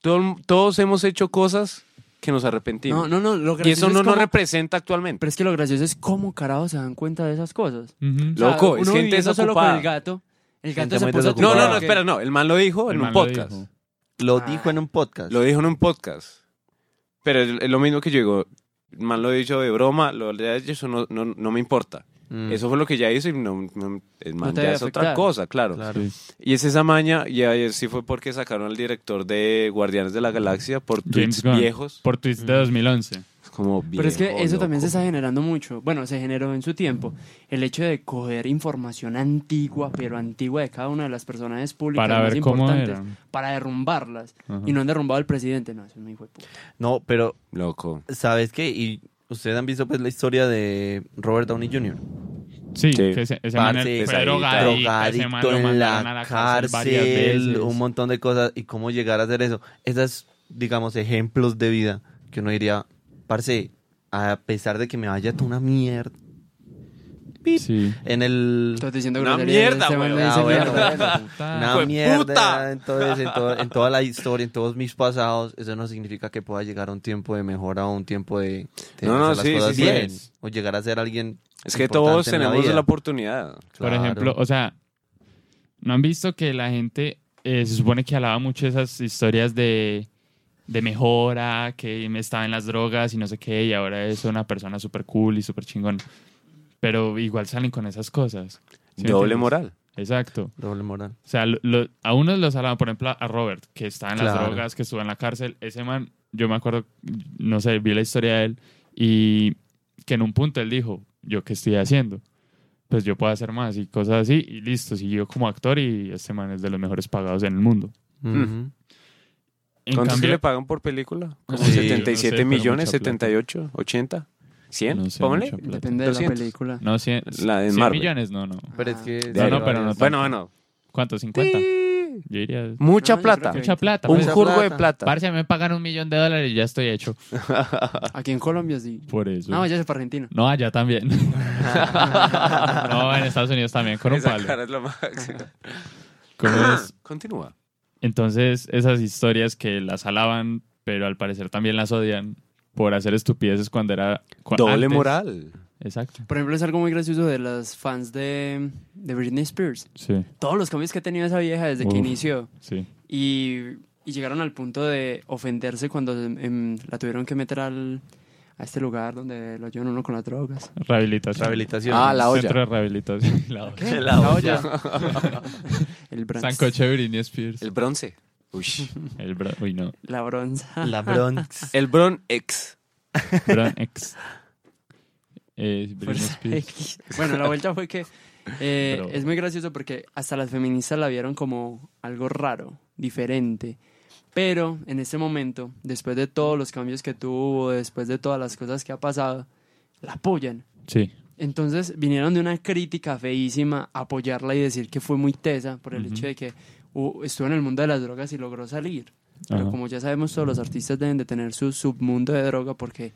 Todo- todos hemos hecho cosas que nos arrepentimos. No, no, no. Lo y eso gracioso no es nos cómo- representa actualmente. Pero es que lo gracioso es cómo carajo se dan cuenta de esas cosas. Ujú. Loco, uno es gente viviendo solo desocupada. con el gato El gato Gente se muy No, puso Wow. no, no, tumbado, ¿qué? espera, no. El man lo dijo El en un man lo podcast. dijo. Lo Ah. dijo en un podcast. Lo dijo en un podcast. Pero es es lo mismo que yo digo. Mal lo he dicho de broma, lo de eso no, no, no me importa. Mm. Eso fue lo que ya hizo y no, no- el man ya te debe es otra afectar. cosa, claro. Claro. Sí. Y es esa maña, y ayer sí fue porque sacaron al director de Guardianes de la Galaxia por James tweets Gunn. viejos. Por tweets de 2011. Es Como Pero es que viejo, eso también se loco. está generando mucho. Bueno, se generó en su tiempo. El hecho de coger información antigua, pero antigua de cada una de las personas públicas Para más ver cómo importantes, eran. para derrumbarlas. Ajá. Y no han derrumbado al presidente. No, eso no hijo de puta. No, pero Loco. ¿sabes qué? Y ustedes han visto pues la historia de Robert Downey Jr. Sí, Sí. que ese, ese man Parce, fue pesadita. drogadicto, ese man drogadicto pues, lo en mandaron a la cárcel varias cárcel, veces. un montón de cosas y cómo llegar a hacer eso. Esas, digamos, ejemplos de vida que uno diría, parce, a pesar de que me vaya toda una mierda Sí. en el Estás diciendo Una groserías, mierda, este man weón. le dice Ah, bueno, mierda. bueno. Puta. una ¡Hijo de mierda puta! En, todo ese- en todo- en toda la historia, en todos mis pasados, eso no significa que pueda llegar a un tiempo de mejora o un tiempo de, de No, no, hacer sí, las cosas sí, sí. bien o llegar a ser alguien. Es que importante todos en la tenemos vida. la, oportunidad. Por Claro. ejemplo, o sea, ¿no han visto que la gente eh, se supone que alaba mucho esas historias de, de mejora, que me estaba en las drogas y no sé qué, y ahora es una persona súper cool y súper chingón? Pero igual salen con esas cosas. ¿sí me Doble entiendes? moral. Exacto. doble moral. O sea, lo- lo- a unos los alaban, por ejemplo, a Robert, que estaba en las Claro. drogas, que estuvo en la cárcel. Ese man, yo me acuerdo, no sé, vi la historia de él y que en un punto él dijo, yo qué estoy haciendo, pues yo puedo hacer más y cosas así y listo, siguió como actor y este man es de los mejores pagados en el mundo. Mm. Ujú. Ah, En ¿Cuántos cambio- que le pagan por película? Como Sí, 77 no sé, pero millones, mucha plata. 78, 80, 100, No sé, ponle. mucha plata. Depende de 200. la película. No, 100, La de 100 Marvel. millones, no, no. Pero es que. No, no, pero no Bueno, bueno. ¿Cuánto? ¿50? Sí. Yo diría... Mucha No, yo creo plata. que- Mucha plata. Un pues. Mucha jurgo de plata. plata. Parce, me pagan un millón de dólares y ya estoy hecho. Aquí en Colombia sí. Por eso. No, ya se fue a Argentina. No, allá también. no, en Estados Unidos también, con un Esa palo. cara es lo máximo. Como es- Continúa. Entonces, esas historias que las alaban, pero al parecer también las odian por hacer estupideces cuando era... cua- Doble antes. moral. Exacto. Por ejemplo, es algo muy gracioso de las fans de, de Britney Spears. Sí, Todos los cambios que ha tenido esa vieja desde Uf. que inició. sí. y, y llegaron al punto de ofenderse cuando em, la tuvieron que meter al, a este lugar donde lo llevan uno con las drogas. Rehabilitación. Rehabilitación. Ah, la olla. Centro de rehabilitación. La olla. La olla. El bronce. Sancocho de Britney Spears. El bronce. Uy. El bra- Uy, no. La bronza. La Bronx. El bron ex. Bron ex. Eh, Britney Fuerza Spears. X. Bueno, la vuelta fue que eh, Pero- es muy gracioso porque hasta las feministas la vieron como algo raro, diferente. Pero en ese momento, después de todos los cambios que tuvo, después de todas las cosas que ha pasado, la apoyan. Sí. Entonces vinieron de una crítica feísima a apoyarla y decir que fue muy tesa por el Ujú. hecho de que uh, estuvo en el mundo de las drogas y logró salir. Ajá. Pero como ya sabemos, todos los artistas deben de tener su submundo de droga porque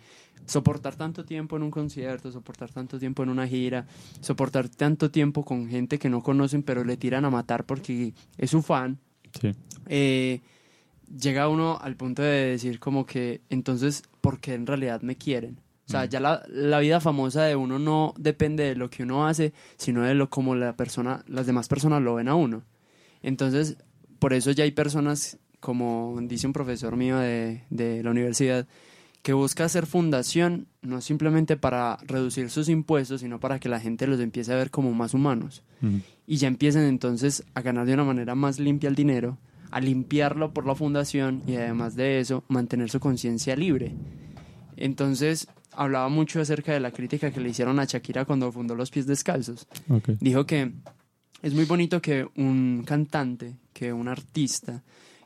soportar tanto tiempo en un concierto, soportar tanto tiempo en una gira, soportar tanto tiempo con gente que no conocen pero le tiran a matar porque es su fan, Sí. eh, llega uno al punto de decir como que entonces, ¿por qué en realidad me quieren? O sea, Mm. ya la, la vida famosa de uno no depende de lo que uno hace, sino de lo como la persona, las demás personas lo ven a uno. Entonces, por eso ya hay personas, como dice un profesor mío de, de la universidad, que busca hacer fundación no simplemente para reducir sus impuestos, sino para que la gente los empiece a ver como más humanos Ujú. y ya empiecen entonces a ganar de una manera más limpia el dinero, a limpiarlo por la fundación y además de eso mantener su conciencia libre. Entonces hablaba mucho acerca de la crítica que le hicieron a Shakira cuando fundó Los Pies Descalzos. Ok. Dijo que es muy bonito que un cantante, que un artista,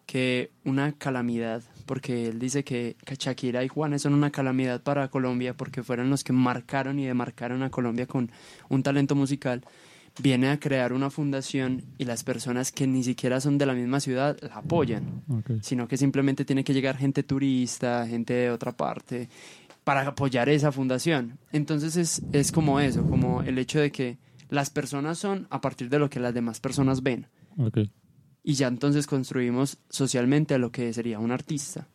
que una calamidad, porque él dice que Shakira y Juanes son una calamidad para Colombia porque fueron los que marcaron y demarcaron a Colombia con un talento musical, viene a crear una fundación y las personas que ni siquiera son de la misma ciudad la apoyan, Ok. sino que simplemente tiene que llegar gente turista, gente de otra parte, para apoyar esa fundación. Entonces es, es como eso, como el hecho de que las personas son a partir de lo que las demás personas ven. Ok. Y ya entonces construimos socialmente a lo que sería un artista.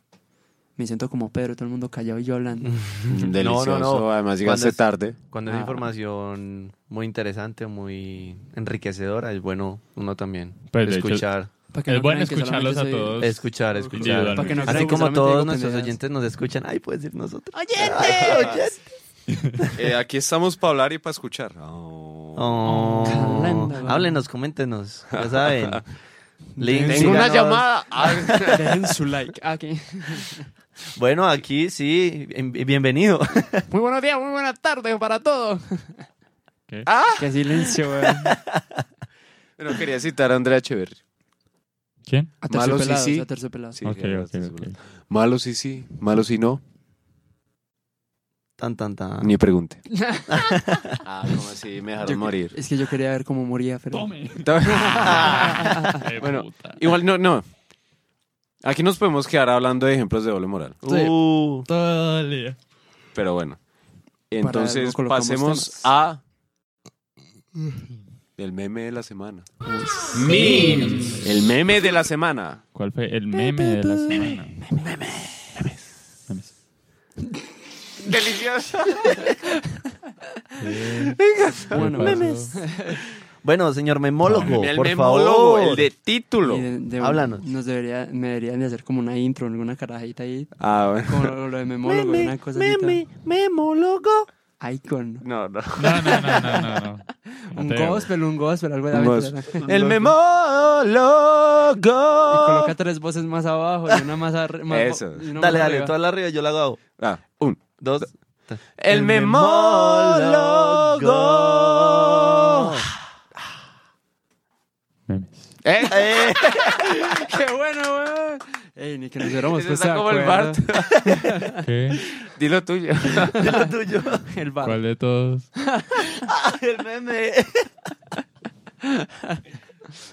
me siento como Pedro, todo el mundo callado y yo hablando. Mm. Mm, Delicioso. No, no, no. Además, llegaste Cuando es- tarde. Cuando Ah. es información muy interesante, muy enriquecedora, es bueno uno también Pues, de hecho, escuchar, Para Es bueno crean que escucharlos solamente a soy- todos. escuchar, escuchar. Individualmente. Para que no Así crean que como solamente todos digo nuestros pendejadas. oyentes nos escuchan, ay, puede decir nosotros. Eh, aquí estamos para hablar y para escuchar. Oh. Caramba, güey. Háblenos, coméntenos, ya saben. Link, Tengo síganos. una llamada. Ah, Dejen su like. Aquí. Bueno, aquí sí, en- bienvenido. Muy buenos días, muy buenas tardes para todos. Ah. ¿Qué? Qué silencio, güey. Pero quería citar a Andrea Echeverri. ¿Quién? Malos y Aterciopelados, sí. aterciopelados. Sí, ok, ya ok, hablaste sobre- ok. Malo sí sí, malo sí no, Tan, tan, tan. ni pregunte. ah, como así me dejaron Yo- morir. Es que yo quería ver cómo moría Fer. Tome. Eh, Bueno, puta. Igual no, no. Aquí nos podemos quedar hablando de ejemplos de doble moral, Sí. Uh, Todo el día. pero bueno. algo Entonces colocamos pasemos temas. a el meme de la semana. El meme de la semana. ¿Cuál fue el meme de la semana? Memes. Memes. Delicioso. Bueno, pues, Memes. Bueno, señor memólogo, Oh, El por memólogo, favor. el de título. y de- de- Háblanos. Nos debería, me deberían de hacer como una intro, alguna carajita ahí, Ah, bueno. como lo, lo de memólogo, una cosa así. toda- memólogo. Icon. No, no. No, no, no, no, no. no. Un Mateo. gospel, un gospel, algo de Un la gospel. ventana. El Loco. Y coloca memólogo. tres voces más abajo y una más, arri- más Eso. y una más Dale, dale, arriba. toda la arriba, yo la hago. Ah, un. Dos. El, El memólogo. memólogo. Memes. ¿Eh? Eh, ¡Qué bueno, weón! Ey, ni que nos pues, hubiéramos Ese puesto está de como el acuerdo. ¿Qué? Dilo tuyo. lo tuyo. El Bart. ¿Cuál de todos? El meme.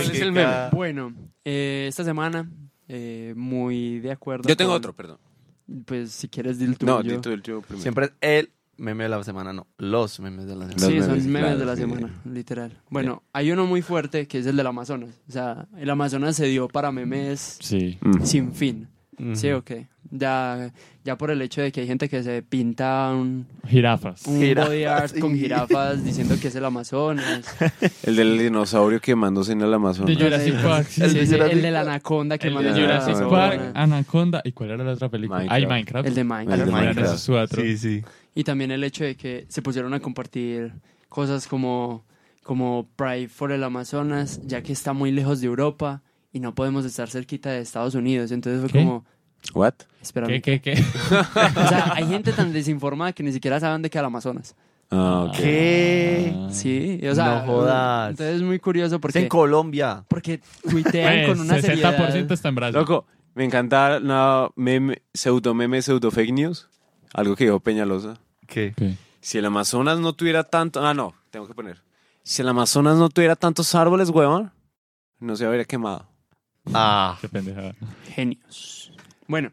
es el meme? Bueno, eh, esta semana, eh, muy de acuerdo. Yo tengo con- otro, perdón. Pues si quieres, dil tú. No, yo. di tú el tuyo primero. Siempre es el meme de la semana, no. Los memes de la semana. Los Sí, memes, son memes claro, de la sí. semana, literal. Bueno, hay uno muy fuerte que es el del Amazonas. O sea, el Amazonas se dio para memes Sí. Mm. sin fin. Ujú. Sí, ok. Ya, ya por el hecho de que hay gente que se pinta un, Jirafas. un Jirafas, body art con sí. jirafas diciendo que es el Amazonas. El del dinosaurio quemándose en el De Amazonas. Jurassic Park. Sí, sí, de el, Jurassic de la Park. anaconda que El manda de mandan Jurassic a la Park, zona. Anaconda. ¿Y cuál era la otra película? Minecraft. Ay, Minecraft. El de El de Minecraft. Eran Minecraft. esos cuatro. Sí, sí. Y también el hecho de que se pusieron a compartir cosas como, como Pride for el Amazonas, ya que está muy lejos de Europa y no podemos estar cerquita de Estados Unidos. Entonces fue ¿Qué? como, What? espérame. ¿Qué, qué, qué? O sea, hay gente tan desinformada que ni siquiera saben de qué es el Amazonas. Ah, ok. ¿Qué? Ah. Sí, o sea, No jodas. entonces es muy curioso Es porque, en Colombia. porque tuitean Pues, con una 60% seriedad. está en Brasil. Loco, me encanta la meme, pseudo meme, pseudo fake news. Algo que dijo Peñalosa. ¿Qué? ¿Qué? Si el Amazonas no tuviera tanto. Ah, no, tengo que poner. Si el Amazonas no tuviera tantos árboles, huevón, no se habría quemado. Ah. Qué pendejada. Genios. Bueno,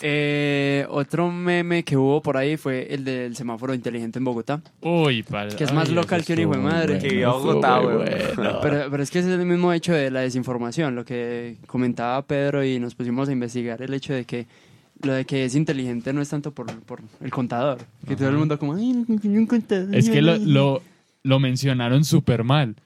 eh, otro meme que hubo por ahí fue el del semáforo inteligente en Bogotá. Uy, para. Que es más local que un hijo de madre. Que viva Bogotá, weón. Pero, pero es que ese es el mismo hecho de la desinformación, lo que comentaba Pedro y nos pusimos a investigar el hecho de que lo de que es inteligente no es tanto por, por el contador, que todo el mundo como, ay, no consiguió un contador. Es que lo, lo, lo mencionaron súper mal.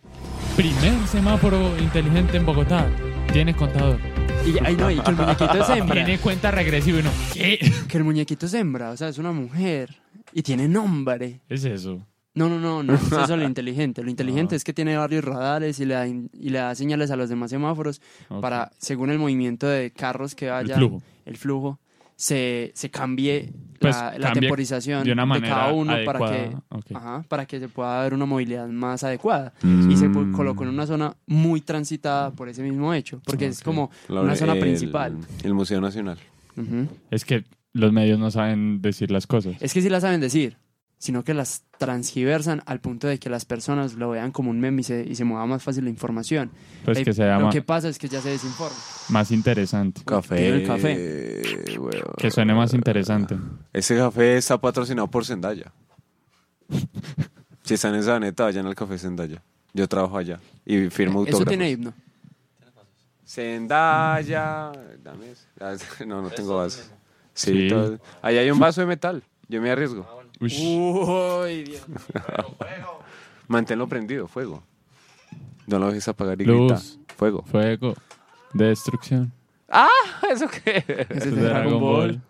Primer semáforo inteligente en Bogotá. Tiene contador. Y, ay, no, y que el muñequito sembra, Tiene cuenta regresiva y uno. ¿Qué? que el muñequito sembra, o sea, es una mujer y tiene nombre. Es eso. No, no, no, no, es eso lo inteligente. Lo inteligente Ah. es que tiene varios radares y le da, in- y le da señales a los demás semáforos Ok. para, según el movimiento de carros que vaya, flujo. el flujo, se, se cambie Pues, la, la cambie temporización de una manera cada uno para adecuada. que, Ok. ajá, para que se pueda dar una movilidad más adecuada. Mm. Y se pu- colocó en una zona muy transitada por ese mismo hecho, porque es Ok. como La- una zona el- principal. El Museo Nacional. Ujú. Es que los medios no saben decir las cosas. Es que sí la saben decir, sino que las transgiversan al punto de que las personas lo vean como un meme y se, y se mueva más fácil la información. Pues Eh, que se Lo llama que pasa es que ya se desinforma. más interesante. Café. Tiene el huevón. Que suene más interesante. Ese café está patrocinado por Zendaya. si están en Sabaneta, vayan al café Zendaya. Yo trabajo allá y firmo Eso autógrafos. tiene himno. Zendaya. Dame ese. Ah, No, no tengo vaso. Sí, Sí. todo- Ahí hay un vaso de metal. Yo me arriesgo. Ush. Uy, Dios. Manténlo prendido, fuego. No lo dejes apagar y Luz. grita. Fuego. Fuego de destrucción. ¿Eso qué? Ese es de de Dragon Ball.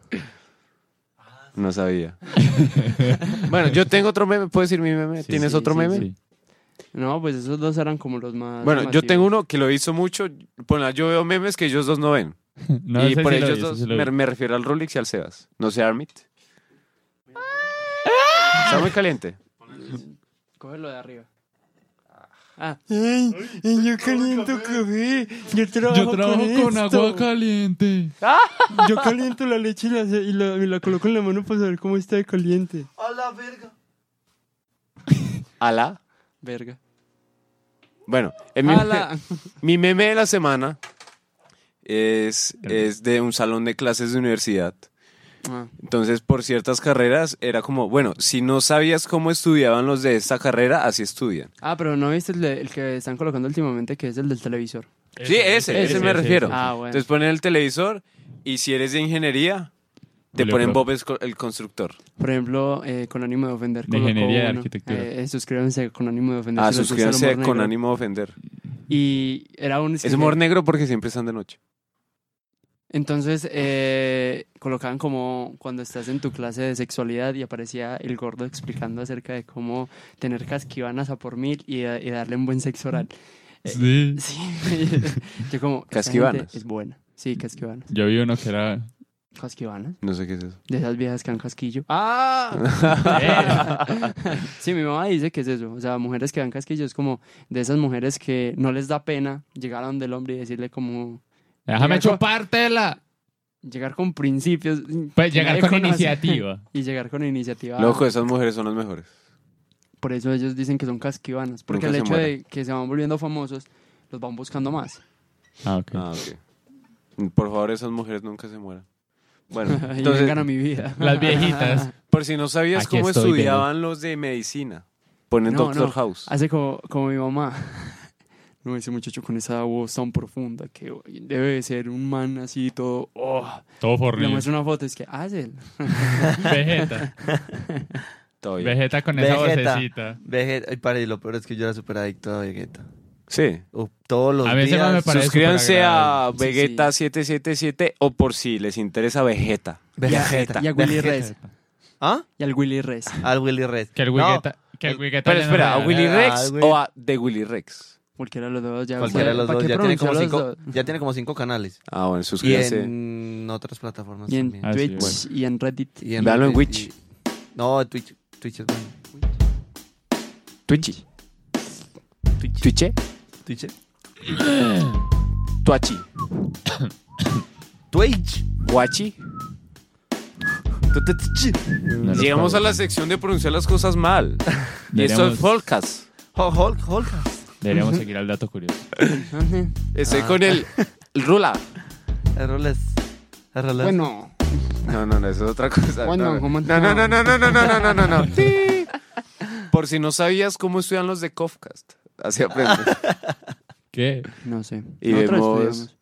No sabía. bueno, yo tengo otro meme. ¿Puedes decir mi meme? Sí, ¿Tienes sí, otro sí, meme? Sí. No, pues esos dos eran como los más. Bueno, yo llamativos. tengo uno que lo hizo mucho. Ponla, yo veo memes que ellos dos no ven. No, y ese por sí lo ellos vi, ese dos sí lo vi. me, me refiero al Rulix y al Sebas. No sé, Armit. ¡Ah! Está muy caliente. Cógelo de arriba. Ah. Ay, yo caliento café. Yo trabajo, Yo trabajo con agua caliente. Yo caliento la leche y la, y la, y la coloco en la mano para saber cómo está de caliente. A la verga. Alá. Verga. Bueno, en mi, Ala. mi meme de la semana es, es de un salón de clases de universidad. Ah, Entonces, por ciertas carreras, era como, bueno, si no sabías cómo estudiaban los de esta carrera, así estudian. Ah, pero no viste el, de- el que están colocando últimamente, que es el del televisor. Sí, ese, ese, me refiero. Ah, bueno. Entonces ponen el televisor y si eres de ingeniería, te Vale, ponen profe. Bob Esco- el constructor. Por ejemplo, eh, con ánimo de ofender. De colocó ingeniería de uno. arquitectura. Eh, suscríbanse con ánimo de ofender. Ah, si les gusta el suscríbanse humor con negro. ánimo de ofender. Y era un... Es humor negro porque siempre están de noche. Entonces eh, colocaban como cuando estás en tu clase de sexualidad y aparecía el gordo explicando acerca de cómo tener casquivanas a por mil y, eh, y darle un buen sexo oral. Sí. Sí, yo como... esta Casquivanas. gente Es buena. Sí, casquivanas. Yo vi uno que era. eh, Casquivanas. No sé qué es eso. De esas viejas que han casquillo. ¡Ah! Eh. sí, mi mamá dice que es eso. O sea, mujeres que dan casquillo es como de esas mujeres que no les da pena llegar a donde el hombre y decirle como... Déjame Llegar con- chupártela. Llegar con principios. Pues que llegar nadie con conoce. iniciativa. Y llegar con iniciativa. Loco, esas mujeres son las mejores. Por eso ellos dicen que son casquivanas. Porque Nunca el se hecho mueren. de que se van volviendo famosos, los van buscando más. Ah, ok. Ah, ok. Por favor, esas mujeres nunca se mueran. Bueno, y entonces, vengan a mi vida. Las viejitas. por si no sabías Aquí cómo estoy, estudiaban los de medicina, ponen No, Doctor no. Ah, House. Hace como, como mi mamá. No, ese muchacho con esa voz tan profunda que debe de ser un man así todo. Oh. Todo Le fornido. muestro una foto, es que, ah, es él. Vegeta. Todo bien. Vegeta con esa Vegeta. vocecita. Vegeta. Ay, para, y lo peor es que yo era súper adicto a Vegeta. Sí. Uf, todos los A mí ese man me días. parece Suscríbanse a superagradable. Sí, sí. Vegeta777 o por si les interesa Vegeta. Vegeta. Y a Willy Vegeta. Rex. ¿Ah? Y al Willy Rex. Al Willy Red. Que el No, Wigeta. que el Wigeta Eh, Pero le espera, ¿a enamora. Willy Ah, Rex güey. o a The Willy Rex? Cualquiera de los dos ya. Cualquiera de los ¿Para dos qué ya tiene, como pronunciar cinco, los dos? ya tiene como cinco canales. Ah, bueno, Y suscríbanse. en otras plataformas Y en también. Así Twitch es. y en Reddit. Y Véalo en Reddit Twitch. y- No, Twitch, Twitch es bueno. Twitchy. Twitche. Twitch. eh. Tuachi. Twitch. Guachi. No lo Llegamos a puedo. la sección de pronunciar las cosas mal. Y esto es Veremos. Folcast. Oh, Hulk, Hulk. Deberíamos seguir al dato curioso. Estoy Ah. con el, el Rula. Erroles. Erroles. Bueno, No, no, no, eso es otra cosa. Bueno, no, ¿cómo no, no, no, no, no, no, no, no, no, no. Sí. Por si no sabías cómo estudian los de Kofcast. Así aprendes. ¿Qué? no sé. Y Nosotros vemos- estudiamos.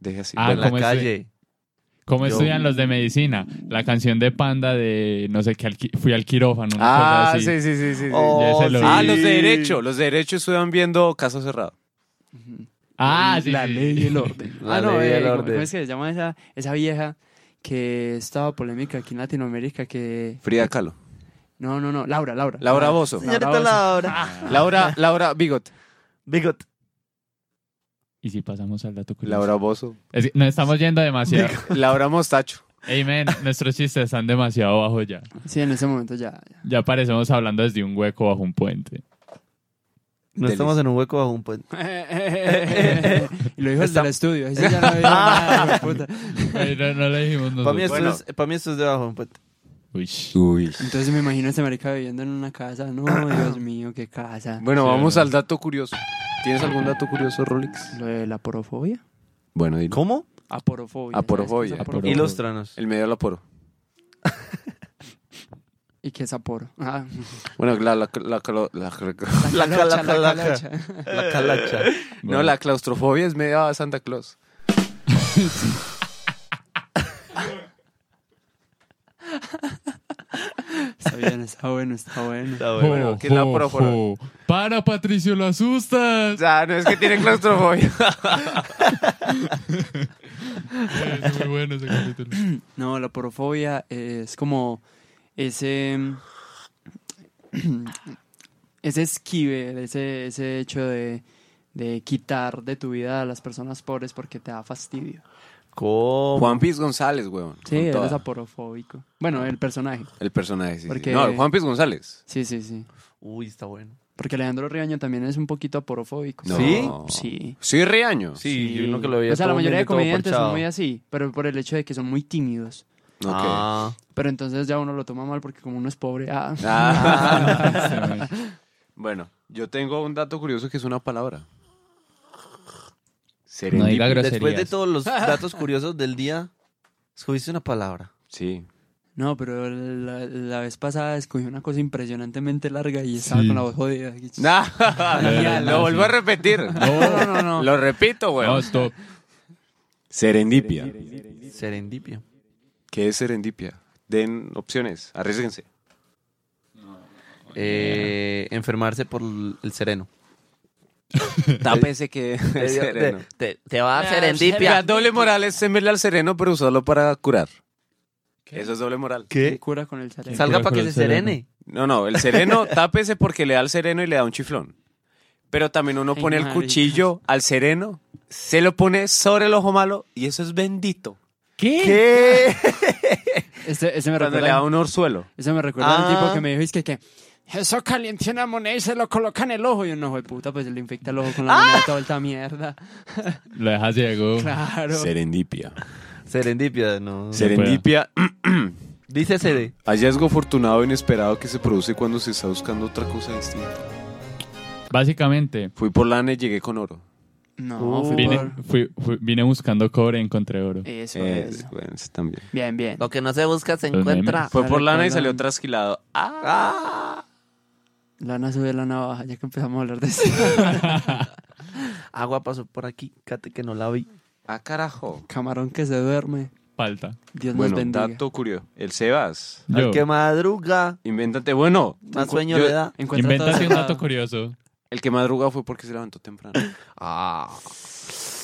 Deje así. Ah, En Bueno, la ¿cómo es? calle. ¿Cómo Yo- estudian los de medicina? La canción de Panda de no sé qué, al qui- fui al quirófano. Una cosa Ah, así. sí, sí, sí, sí. sí. Oh, ya se lo- Ah, sí. los de derecho. Los de derecho estuvieron viendo Caso Cerrado. Ujú. Ah, sí. La sí, ley sí. y el orden. La ah, no, ley y el eh, ¿cómo- orden. ¿cómo es que se llama esa, esa vieja que estaba polémica aquí en Latinoamérica? Que. Frida Kahlo. No, no, no, Laura, Laura. Laura Bozo. Señorita Laura. Laura, Laura Bigot. Bigot. Y si pasamos al dato curioso. Laura Bozo. Es que nos estamos yendo demasiado. Laura Mostacho. Ey, men, nuestros chistes están demasiado bajos ya. Sí, en ese momento ya. ya. Ya parecemos hablando desde un hueco bajo un puente. No Delis. estamos en un hueco bajo un puente. y lo dijo el del estudio. Ese ya no dijo nada, hijo de puta. Ey, no, no le dijimos Para mí, nosotros. esto Bueno. es, para mí esto es debajo de un puente. Uy. Uy. Entonces me imagino a este marica viviendo en una casa. No, Dios mío, qué casa. Bueno, Sí, vamos ¿no? al dato curioso. ¿Tienes algún dato curioso, Rolex? Lo de la porofobia. Bueno, dilo. ¿Cómo? Aporofobia. Aporofobia. ¿sabes qué Aporo- es aporofobia? Ilústranos. El medio del aporo. Y que es Sapporo. Ah, Bueno, la, la, la- la- la- La calocha, calaca, la calocha. La calacha. no, la claustrofobia es media Santa Claus. Está bien, está bueno, está bueno. Está bueno. Bueno, ¿quién la apuró por- Para, Patricio, lo O asustas. sea, no es que tiene claustrofobia. Es muy bueno ese capítulo. No, la porofobia es como ese. ese esquive, ese, ese hecho de, de quitar de tu vida a las personas pobres porque te da fastidio. ¿Cómo? Juan Piz González, weón. Sí, con eres toda. aporofóbico. Bueno, el personaje. El personaje, sí. Porque- sí. No, Juan Piz González. Sí, sí, sí. Uy, está bueno. Porque Alejandro Riaño también es un poquito aporofóbico. No. ¿Sí? Sí. Sí, Riaño. Sí, yo nunca lo veía. O sea, la todo mayoría de bien, todo comediantes son parchado. muy así, pero por el hecho de que son muy tímidos. Ok. Ah, Pero entonces ya uno lo toma mal porque como uno es pobre, ah, Ah. Este, bueno, yo tengo un dato curioso que es una palabra. No Serendipia. diga groserías. después de todos los datos curiosos del día, escogiste una palabra. Sí. No, pero la, la vez pasada escogí una cosa impresionantemente larga y estaba Sí. con la voz jodida. Nah, lo vuelvo a repetir. No, no, no. Lo repito, No, weón. stop. Serendipia. Serendipia. ¿Qué es serendipia? Den opciones, arriesguense. Eh, enfermarse por el sereno. Tápese que es sereno. Te, te va a La doble moral es temerle al sereno, pero usarlo para curar. Eso es doble moral. ¿Qué? Cura con el cerebro. Salga Cura para que con se el sereno. serene. No, no, el sereno, tápese porque le da al sereno y le da un chiflón. Pero también uno Ay, pone el marica. cuchillo al sereno, se lo pone sobre el ojo malo y eso es bendito. ¿Qué? ¿Qué? Ese, ese me Cuando le recuerda, da un orzuelo. ese me recuerda al Ah. tipo que me dijo, es que, que eso calienta una moneda y se lo coloca en el ojo. Y yo, no, puta, pues le infecta el ojo con la Ah. moneda toda esta mierda. Lo dejas ciego. Claro. Serendipia. Serendipia, no. Serendipia, Dice sere. hallazgo afortunado e inesperado que se produce cuando se está buscando otra cosa distinta. Básicamente, Fui por lana y llegué con oro. No, Uh, fui vine, por- fui- fui- vine buscando cobre, encontré oro. Eso Eh, es. bueno, ese también. Bien, Mm. bien. que no se busca se Los memes. Fue Sale por lana y con salió lana. trasquilado. Ah, Lana sube la navaja, ya que empezamos a hablar de eso. Agua pasó por aquí, cate que no la vi. ah, carajo. Camarón que se duerme. Falta. Dios nos Bueno, bendiga. dato curioso. El Sebas. Al Yo, que madruga, Invéntate. Bueno, más sueño yo- le da. Encuentra todo invéntate un cerrado. dato curioso. el que madruga fue porque se levantó temprano. Ah.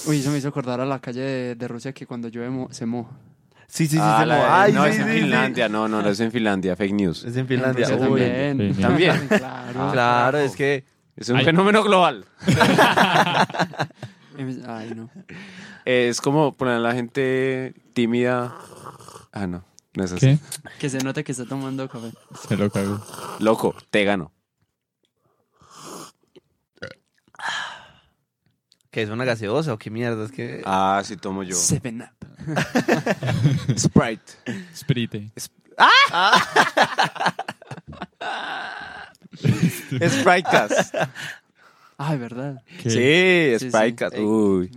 Uy, eso me hizo acordar a la calle de, de Rusia que cuando llueve mo- se moja. Sí, sí, sí, Ah, se la- mo- Ay, no, sí, es en sí, sí. Finlandia. No, no, no es en Finlandia. Fake news. Es en Finlandia. En Rusia Uy, también. Ah, Sí, sí. También. claro. Ah, Claro, es que Es un Ay. fenómeno global. Em, Ay, no. Eh, es como poner a la gente tímida. Ah, no. No es así. ¿Qué? Que se note que está tomando café. Se lo cago. Loco, te gano. que es una gaseosa o qué mierda, es que Ah, sí tomo yo. Seven Up. Sprite. Sprite. Spritecast. Ay, ¿verdad? ¿Qué? Sí, Sí, Spritecast. sí. Uy.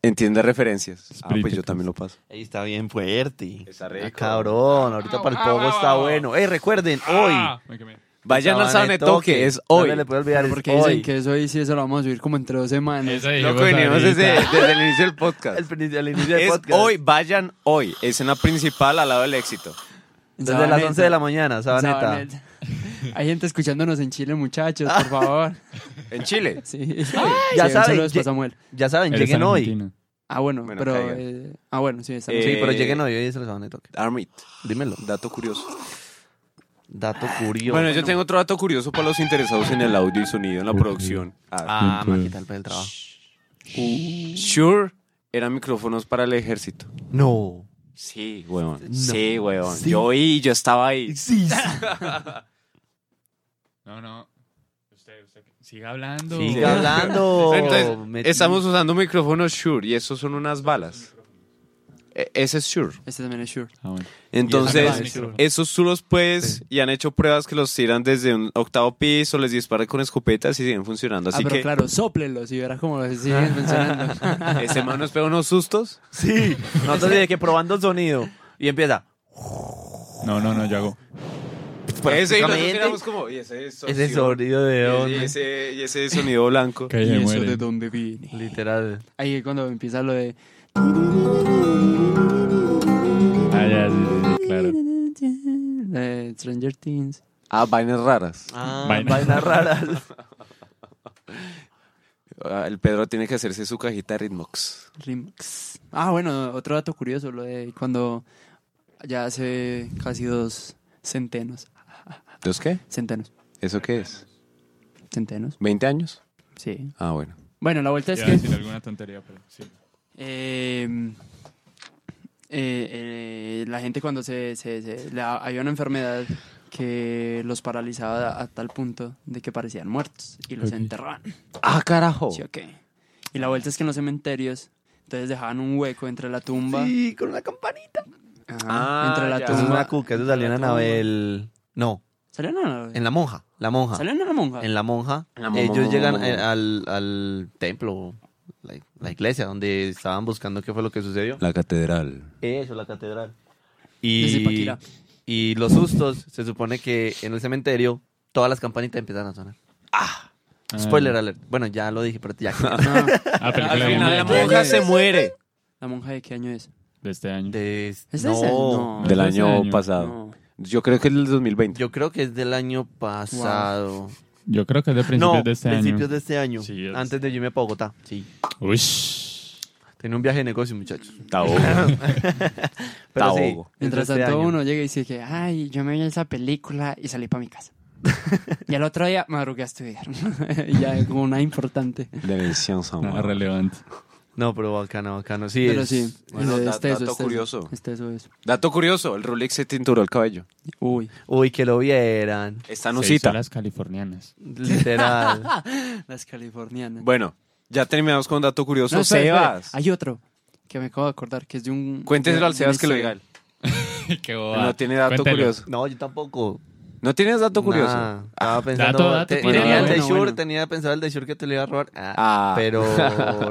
Entiende referencias. Ah, pues yo Spritecast. también lo paso. Ey, está bien fuerte. Está rico. Ah, cabrón, ahorita para el pogo está bueno. Ey, recuerden, hoy Ah, me quemé. Vayan al Sabane Sabanetoque, es No se le hoy. puede olvidar, es Porque hoy. dicen que eso ahí sí, eso lo vamos a subir como en tres semanas. Esa dijimos Loco, venimos ahorita. desde, desde el inicio del podcast. El, prin- el inicio del Es podcast. hoy, vayan hoy. Escena principal al lado del éxito. Desde las 11 de la mañana, Sabaneta. Hay gente escuchándonos en Chile, muchachos, por favor. En Chile. Sí. ya Sí, un saben, saludo ye- para Samuel. Ya saben, Eres lleguen hoy. argentino. Ah, bueno, Bueno, pero... caigan. eh, ah, bueno, sí, está Eh, bien. Sí, pero lleguen hoy, hoy es el Sabanetoque. Armit, Dímelo. dato curioso. Dato curioso. Bueno, yo tengo otro dato curioso para los interesados en el audio y sonido en la producción. Ah, Ah, maquita el pez del trabajo. Shure eran micrófonos para el ejército. No. Sí, weón. Sí, weón. Yo oí, yo estaba ahí. No, no. Usted, usted. Siga hablando. Sigue hablando. Entonces, Metido. estamos usando micrófonos Shure y esos son unas balas. E- ese es Shure. Este también es Shure. Ah, bueno. Y Entonces, esa bala. esos tú los puedes y han hecho pruebas que los tiran desde un octavo piso, les disparan con escopetas y siguen funcionando. Ah, Así pero que claro, sóplelos y verás cómo los siguen mencionando. ese man nos pega unos sustos. Sí. Nosotros de que probando el sonido. Y empieza. No, no, no, yo hago. Ese y nosotros prácticamente, miramos como, y ese es ese sonido Y ese- de y onda, ese, y ese sonido blanco. Que ahí me muere. dónde viene? literal. Ahí es cuando empieza lo de... Ah, ya, sí, sí, sí, claro. de Stranger Things. Ah, vainas raras. Ah, Vaina. vainas raras. Ah, El Pedro tiene que hacerse su cajita de Ritmox. Remix. Ah, bueno, otro dato curioso, lo de cuando ya hace casi dos centenos. ¿Dos qué? Centenos. ¿Eso qué es? Centenos. ¿20 años? Sí. Ah, bueno. Bueno, la vuelta es Iba a que... decir alguna tontería, pero sí. eh, eh, eh, la gente cuando se... se, se- la- había una enfermedad que los paralizaba a tal punto de que parecían muertos y los Ok. enterraban. ¡Ah, carajo! ¿Sí o qué? Y la vuelta es que en los cementerios, entonces dejaban un hueco entre la tumba. Sí, con una campanita. Ajá, Ah, entre la ya. Eso es tumba. una cuca, eso salió en Entre la tumba. Anabel. No, ¿Salió en la, en la monja, la monja. ¿Salió en la monja? En la monja. La mo- mo- Ellos mo- llegan mo- eh, al, al templo, la, la iglesia, donde estaban buscando qué fue lo que sucedió. La catedral. Eso, la catedral. Desde Y, Paquirá. y los sustos, se supone que en el cementerio todas las campanitas empiezan a sonar. Ah, Spoiler alert. Bueno, ya lo dije, pero ya. No, Ah, película Al de final la Moonlight monja se muere. ¿La monja de qué año es? de este año. De- ¿Es no, ese? No. Del No es ese año año. pasado. No. Yo creo que es del 2020. Yo creo que es del año pasado. Yo creo que es de principios no, de este principios año. de este año. Sí, es- antes de yo irme para Bogotá. Sí. Ush. Tenía un viaje de negocio, muchachos. Tabogo. Pero sí, Tabogo. es de Mientras este tanto año. uno llega y dice que, ay, yo me vi esa película y salí para mi casa. y al otro día madrugué a estudiar. Y ya como una importante. Delicioso, Nada amor. relevante. No, pero bacano, bacano. Sí, Pero es- sí, Bueno, es- da- es teso, dato es teso, curioso. es teso eso. Dato curioso, el Rolex se tinturó el cabello. Uy. Uy, que lo vieran. Está Se hizo nucita. las californianas. Literal. Las californianas. Bueno, ya terminamos con dato curioso. No, espera, espera, Sebas. Hay otro que me acabo de acordar que es de un... Cuénteselo de- al de Sebas una que lo diga historia. él. Qué Él No tiene dato Cuéntelo. curioso. no, yo tampoco. ¿No tienes dato curioso? Nah, estaba pensando. dato, dato, te- bueno, tenía el de bueno, Shure, bueno. tenía pensado el de Shure que te lo iba a robar. Ah, Ah. Pero.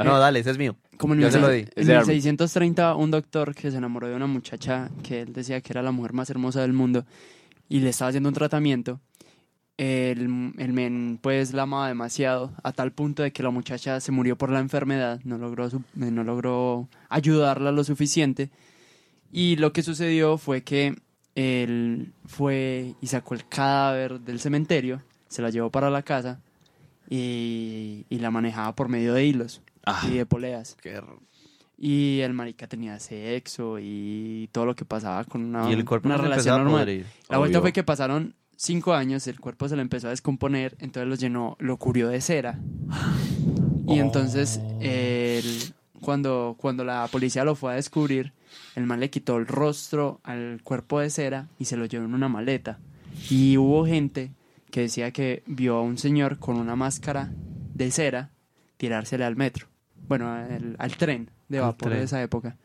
No, dale, ese es mío. Como en, Yo se lo di. 16- en Es de Army. 1630, un doctor que se enamoró de una muchacha que él decía que era la mujer más hermosa del mundo y le estaba haciendo un tratamiento. El, el men, pues, la amaba demasiado, a tal punto de que la muchacha se murió por la enfermedad, no logró, su- eh, no logró ayudarla lo suficiente. Y lo que sucedió fue que él fue y sacó el cadáver del cementerio, se la llevó para la casa y, y la manejaba por medio de hilos Ah, y de poleas. Qué Y el marica tenía sexo y todo lo que pasaba con una, Y el cuerpo una no se empezaba relación a normal. podrir. La vuelta Obvio. fue que pasaron cinco años, el cuerpo se le empezó a descomponer, entonces lo llenó, lo cubrió de cera. Oh. Y entonces, él, cuando, cuando la policía lo fue a descubrir, el man le quitó el rostro al cuerpo de cera y se lo llevó en una maleta. Y hubo gente que decía que vio a un señor con una máscara de cera tirársele al metro. Bueno, al, al tren de Al vapor tren. de esa época.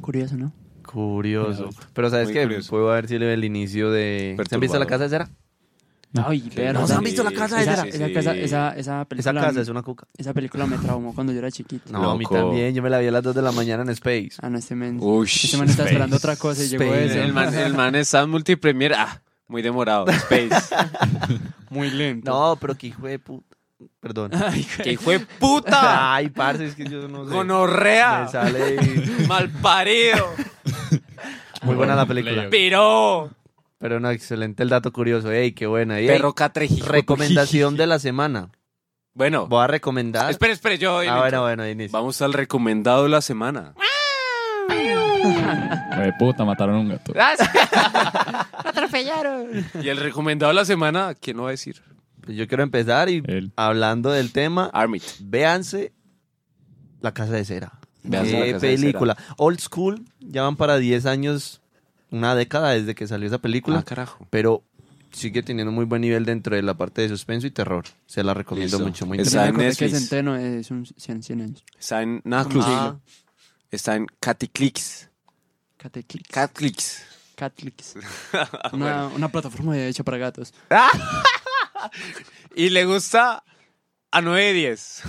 Curioso, ¿no? Curioso. Pero sabes Muy que curioso. puedo ver si le- el inicio de. ¿Se han visto la Perturbador. casa de Cera? No. Ay, verga. no, ¿se han visto la casa de esa, Sara? esa casa- esa- esa Esa película, casa es una cuca. esa película me traumó cuando yo era chiquito. No, a mí Loco. también. Yo me la vi a las 2 de la mañana en Space. Ah, no, este men. Uy, Este man está Space. esperando otra cosa y llegó Space. el, eso. el man, el man está en multipremier. Ah, muy demorado. Space. Muy lento. No, pero que hijo de puta. Perdón. Ay, ¡Qué hijo de puta! Ay, parce, es que yo no sé. Me ¡Gonorrea! sale. ¡Malparido! Muy buena la película. ¡Piró! Playoff. Pero no, excelente el dato curioso. Ey, qué buena. Ey, Perro catrejijo. recomendación de la semana. Bueno, Voy a recomendar. espere, espere, yo. Ah, bueno, bueno, Inés. Vamos al recomendado de la semana. Eh, puta, mataron a un gato. Y el recomendado de la semana, ¿quién no va a decir? Pues yo quiero empezar y Eh. Él. hablando del tema, Armit. véanse. La Casa de Cera. Véanse La Qué Casa de Cera. película. Old School, ya van para 10 años, una década desde que salió esa película, Ah, carajo. pero sigue teniendo muy buen nivel dentro de la parte de suspenso y terror. Se la recomiendo Listo. mucho, muy Esa- Yo interesante. me acordé que Netflix. Centeno es un 100, 100 años. Está en Naclus. Ah, Está en Catclicks. Cateclix. Catclicks. Catclix. Una, una plataforma hecha para gatos. Y le gusta a 9 de 10.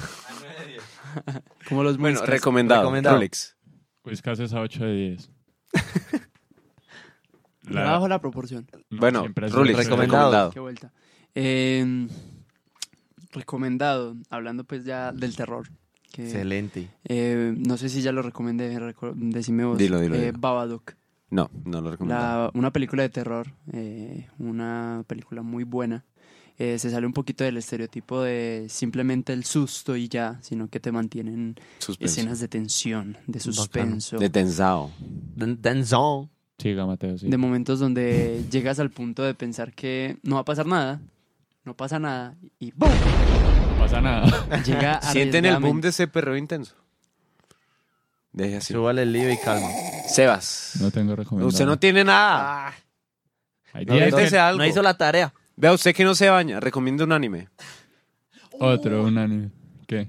Como los Bueno, Muiscas. recomendado. Recomendado. Rolex. Pues casi es a 8 de 10. La- Trabajo la proporción. no, Bueno, siempre ha sido Rulis, recomendable. recomendado. recomendado. Qué vuelta. Eh, recomendado, hablando pues ya del terror. que, Excelente. eh, no sé si ya lo recomendé, reco- decime vos. Dilo, dilo, Eh, dilo. Babadook. No, no lo recomiendo. La- una película de terror, eh, una película muy buena. Eh, se sale un poquito del estereotipo de simplemente el susto y ya, sino que te mantienen Suspenso. escenas de tensión, de suspenso, De tensado. Danzón. Siga, Mateo, sí. de momentos donde llegas al punto de pensar que no va a pasar nada, no pasa nada y ¡boom! No pasa nada. Llega ¿Sienten el boom arriesgadamente. de ese perreo intenso? Deje así. Súbale el lío y calma. Sebas. No tengo recomendación. usted no tiene nada. Hay No, diez. no, Invéntese Ah, algo. Ah, la tarea. Vea, usted que no se baña, recomiendo un anime. Otro, un anime. ¿Qué?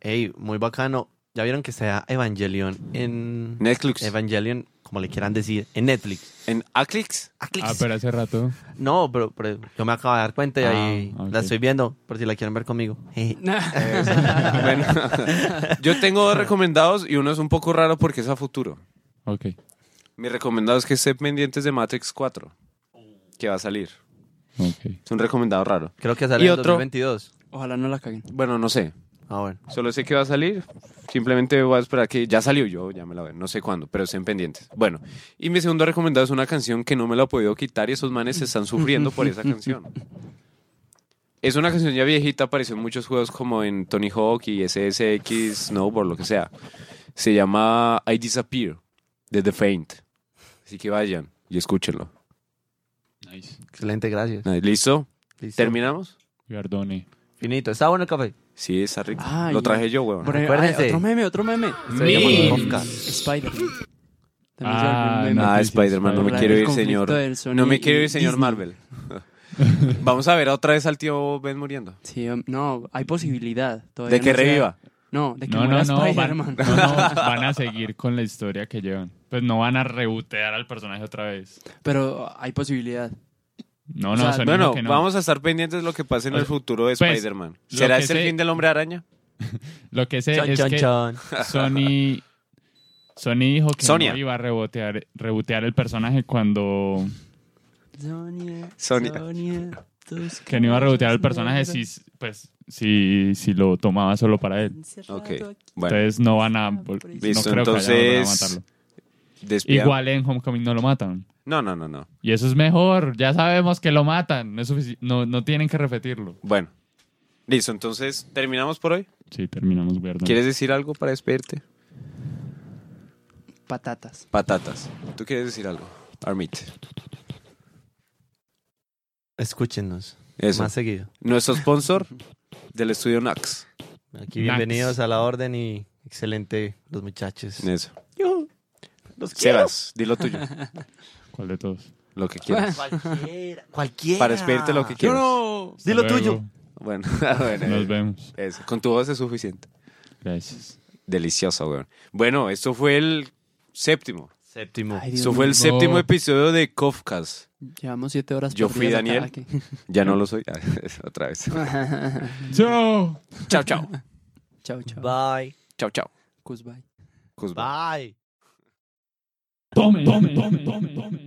Ey, muy bacano. Ya vieron que está Evangelion en. Netflix. Evangelion, como le quieran decir, en Netflix. ¿En Aclix? Ah, pero hace rato. No, pero, pero yo me acabo de dar cuenta y Ah, ahí ok. la estoy viendo, por si la quieren ver conmigo. Jeje. Eh, bueno, yo tengo dos recomendados y uno es un poco raro porque es a futuro. Ok. Mi recomendado es que estén pendientes de Matrix 4, que va a salir. Ok. Es un recomendado raro. Creo que sale Y en otro. 2022. Ojalá no la caguen. Bueno, no sé. Ah, bueno. Solo sé que va a salir. Simplemente voy a esperar que ya salió yo, ya me la veo. No sé cuándo, pero estén pendientes. Bueno, y mi segundo recomendado es una canción que no me la he podido quitar y esos manes se están sufriendo por esa canción. Es una canción ya viejita, apareció en muchos juegos como en Tony Hawk y SSX, Snowboard, lo que sea. Se llama I Disappear de The Faint. Así que vayan y escúchenlo. Nice. Excelente, gracias. Nada, ¿Listo? Listo. ¿Terminamos? Gardone. Finito. ¿Está bueno el café? Sí, está rico. Ah, Lo y- traje yo, huevón. Por ejemplo, Acuérdense. ay, otro meme, otro meme. Estoy llamando al Memes. podcast. Spider-Man. También se volvió Ah, un meme. Ah, Spider-Man, no me Spider-Man. quiero ir, El conflicto señor. del Sony No me y quiero ir, señor Disney. Marvel. Vamos a ver otra vez al tío Ben muriendo. Sí, um, no, hay posibilidad. todavía De que no se da. reviva. No, de que No, no, muera no. Van, no, Spider-Man. no, van a seguir con la historia que llevan. Pues no van a rebotear al personaje otra vez. Pero hay posibilidad. No, no, O sea, Sony dijo Bueno, que no. vamos a estar pendientes de lo que pase en O el sea, futuro de pues, Spider-Man. lo ¿Será que ese el sé- fin del hombre araña? Lo que sé Chon, es chon, que chon. Sony, Sony dijo que Sonia. no iba a rebotear, rebotear el personaje cuando... Sonia, Sonia. Sonia, tus Que no iba a rebotear el personaje cabellos si, pues, si, si lo tomaba solo para él. encerrado Ok. aquí. Bueno, Entonces no van a... vol- Listo, no creo que vayan a volver a entonces, matarlo. despida. Igual en Homecoming no lo matan. No, no, no, no. Y eso es mejor. Ya sabemos que lo matan. No, es sufici- no, no tienen que repetirlo. Bueno. Listo, entonces, ¿terminamos por hoy? Sí, terminamos Gardone. ¿Quieres decir algo para despedirte? Patatas. Patatas. ¿Tú quieres decir algo? Armit. Escúchenos. Eso. Más seguido. Nuestro sponsor del estudio Nax. Nice. Aquí bienvenidos a la orden y excelente los muchachos. Eso. Los Sebas, di lo tuyo. ¿Cuál de todos? Lo que quieras. Cualquiera. Cualquiera. Para despedirte lo que quieras. no! Hasta Dilo luego. tuyo. Bueno, bueno. Nos vemos. Eso. Con tu voz es suficiente. Gracias. Delicioso, weón. Bueno, esto fue el séptimo. Séptimo. Ay, Dios Esto fue el mío. séptimo No. episodio de Kofkas. Llevamos siete horas. Yo fui perdidas Daniel. acá, aquí. Ya no lo soy. Ah, Otra vez. Chao. Chao, chao. chao, chao. Bye. Chao, chao. Goodbye. Kuzma. Bye. Tome, tome, tome, tome, tome.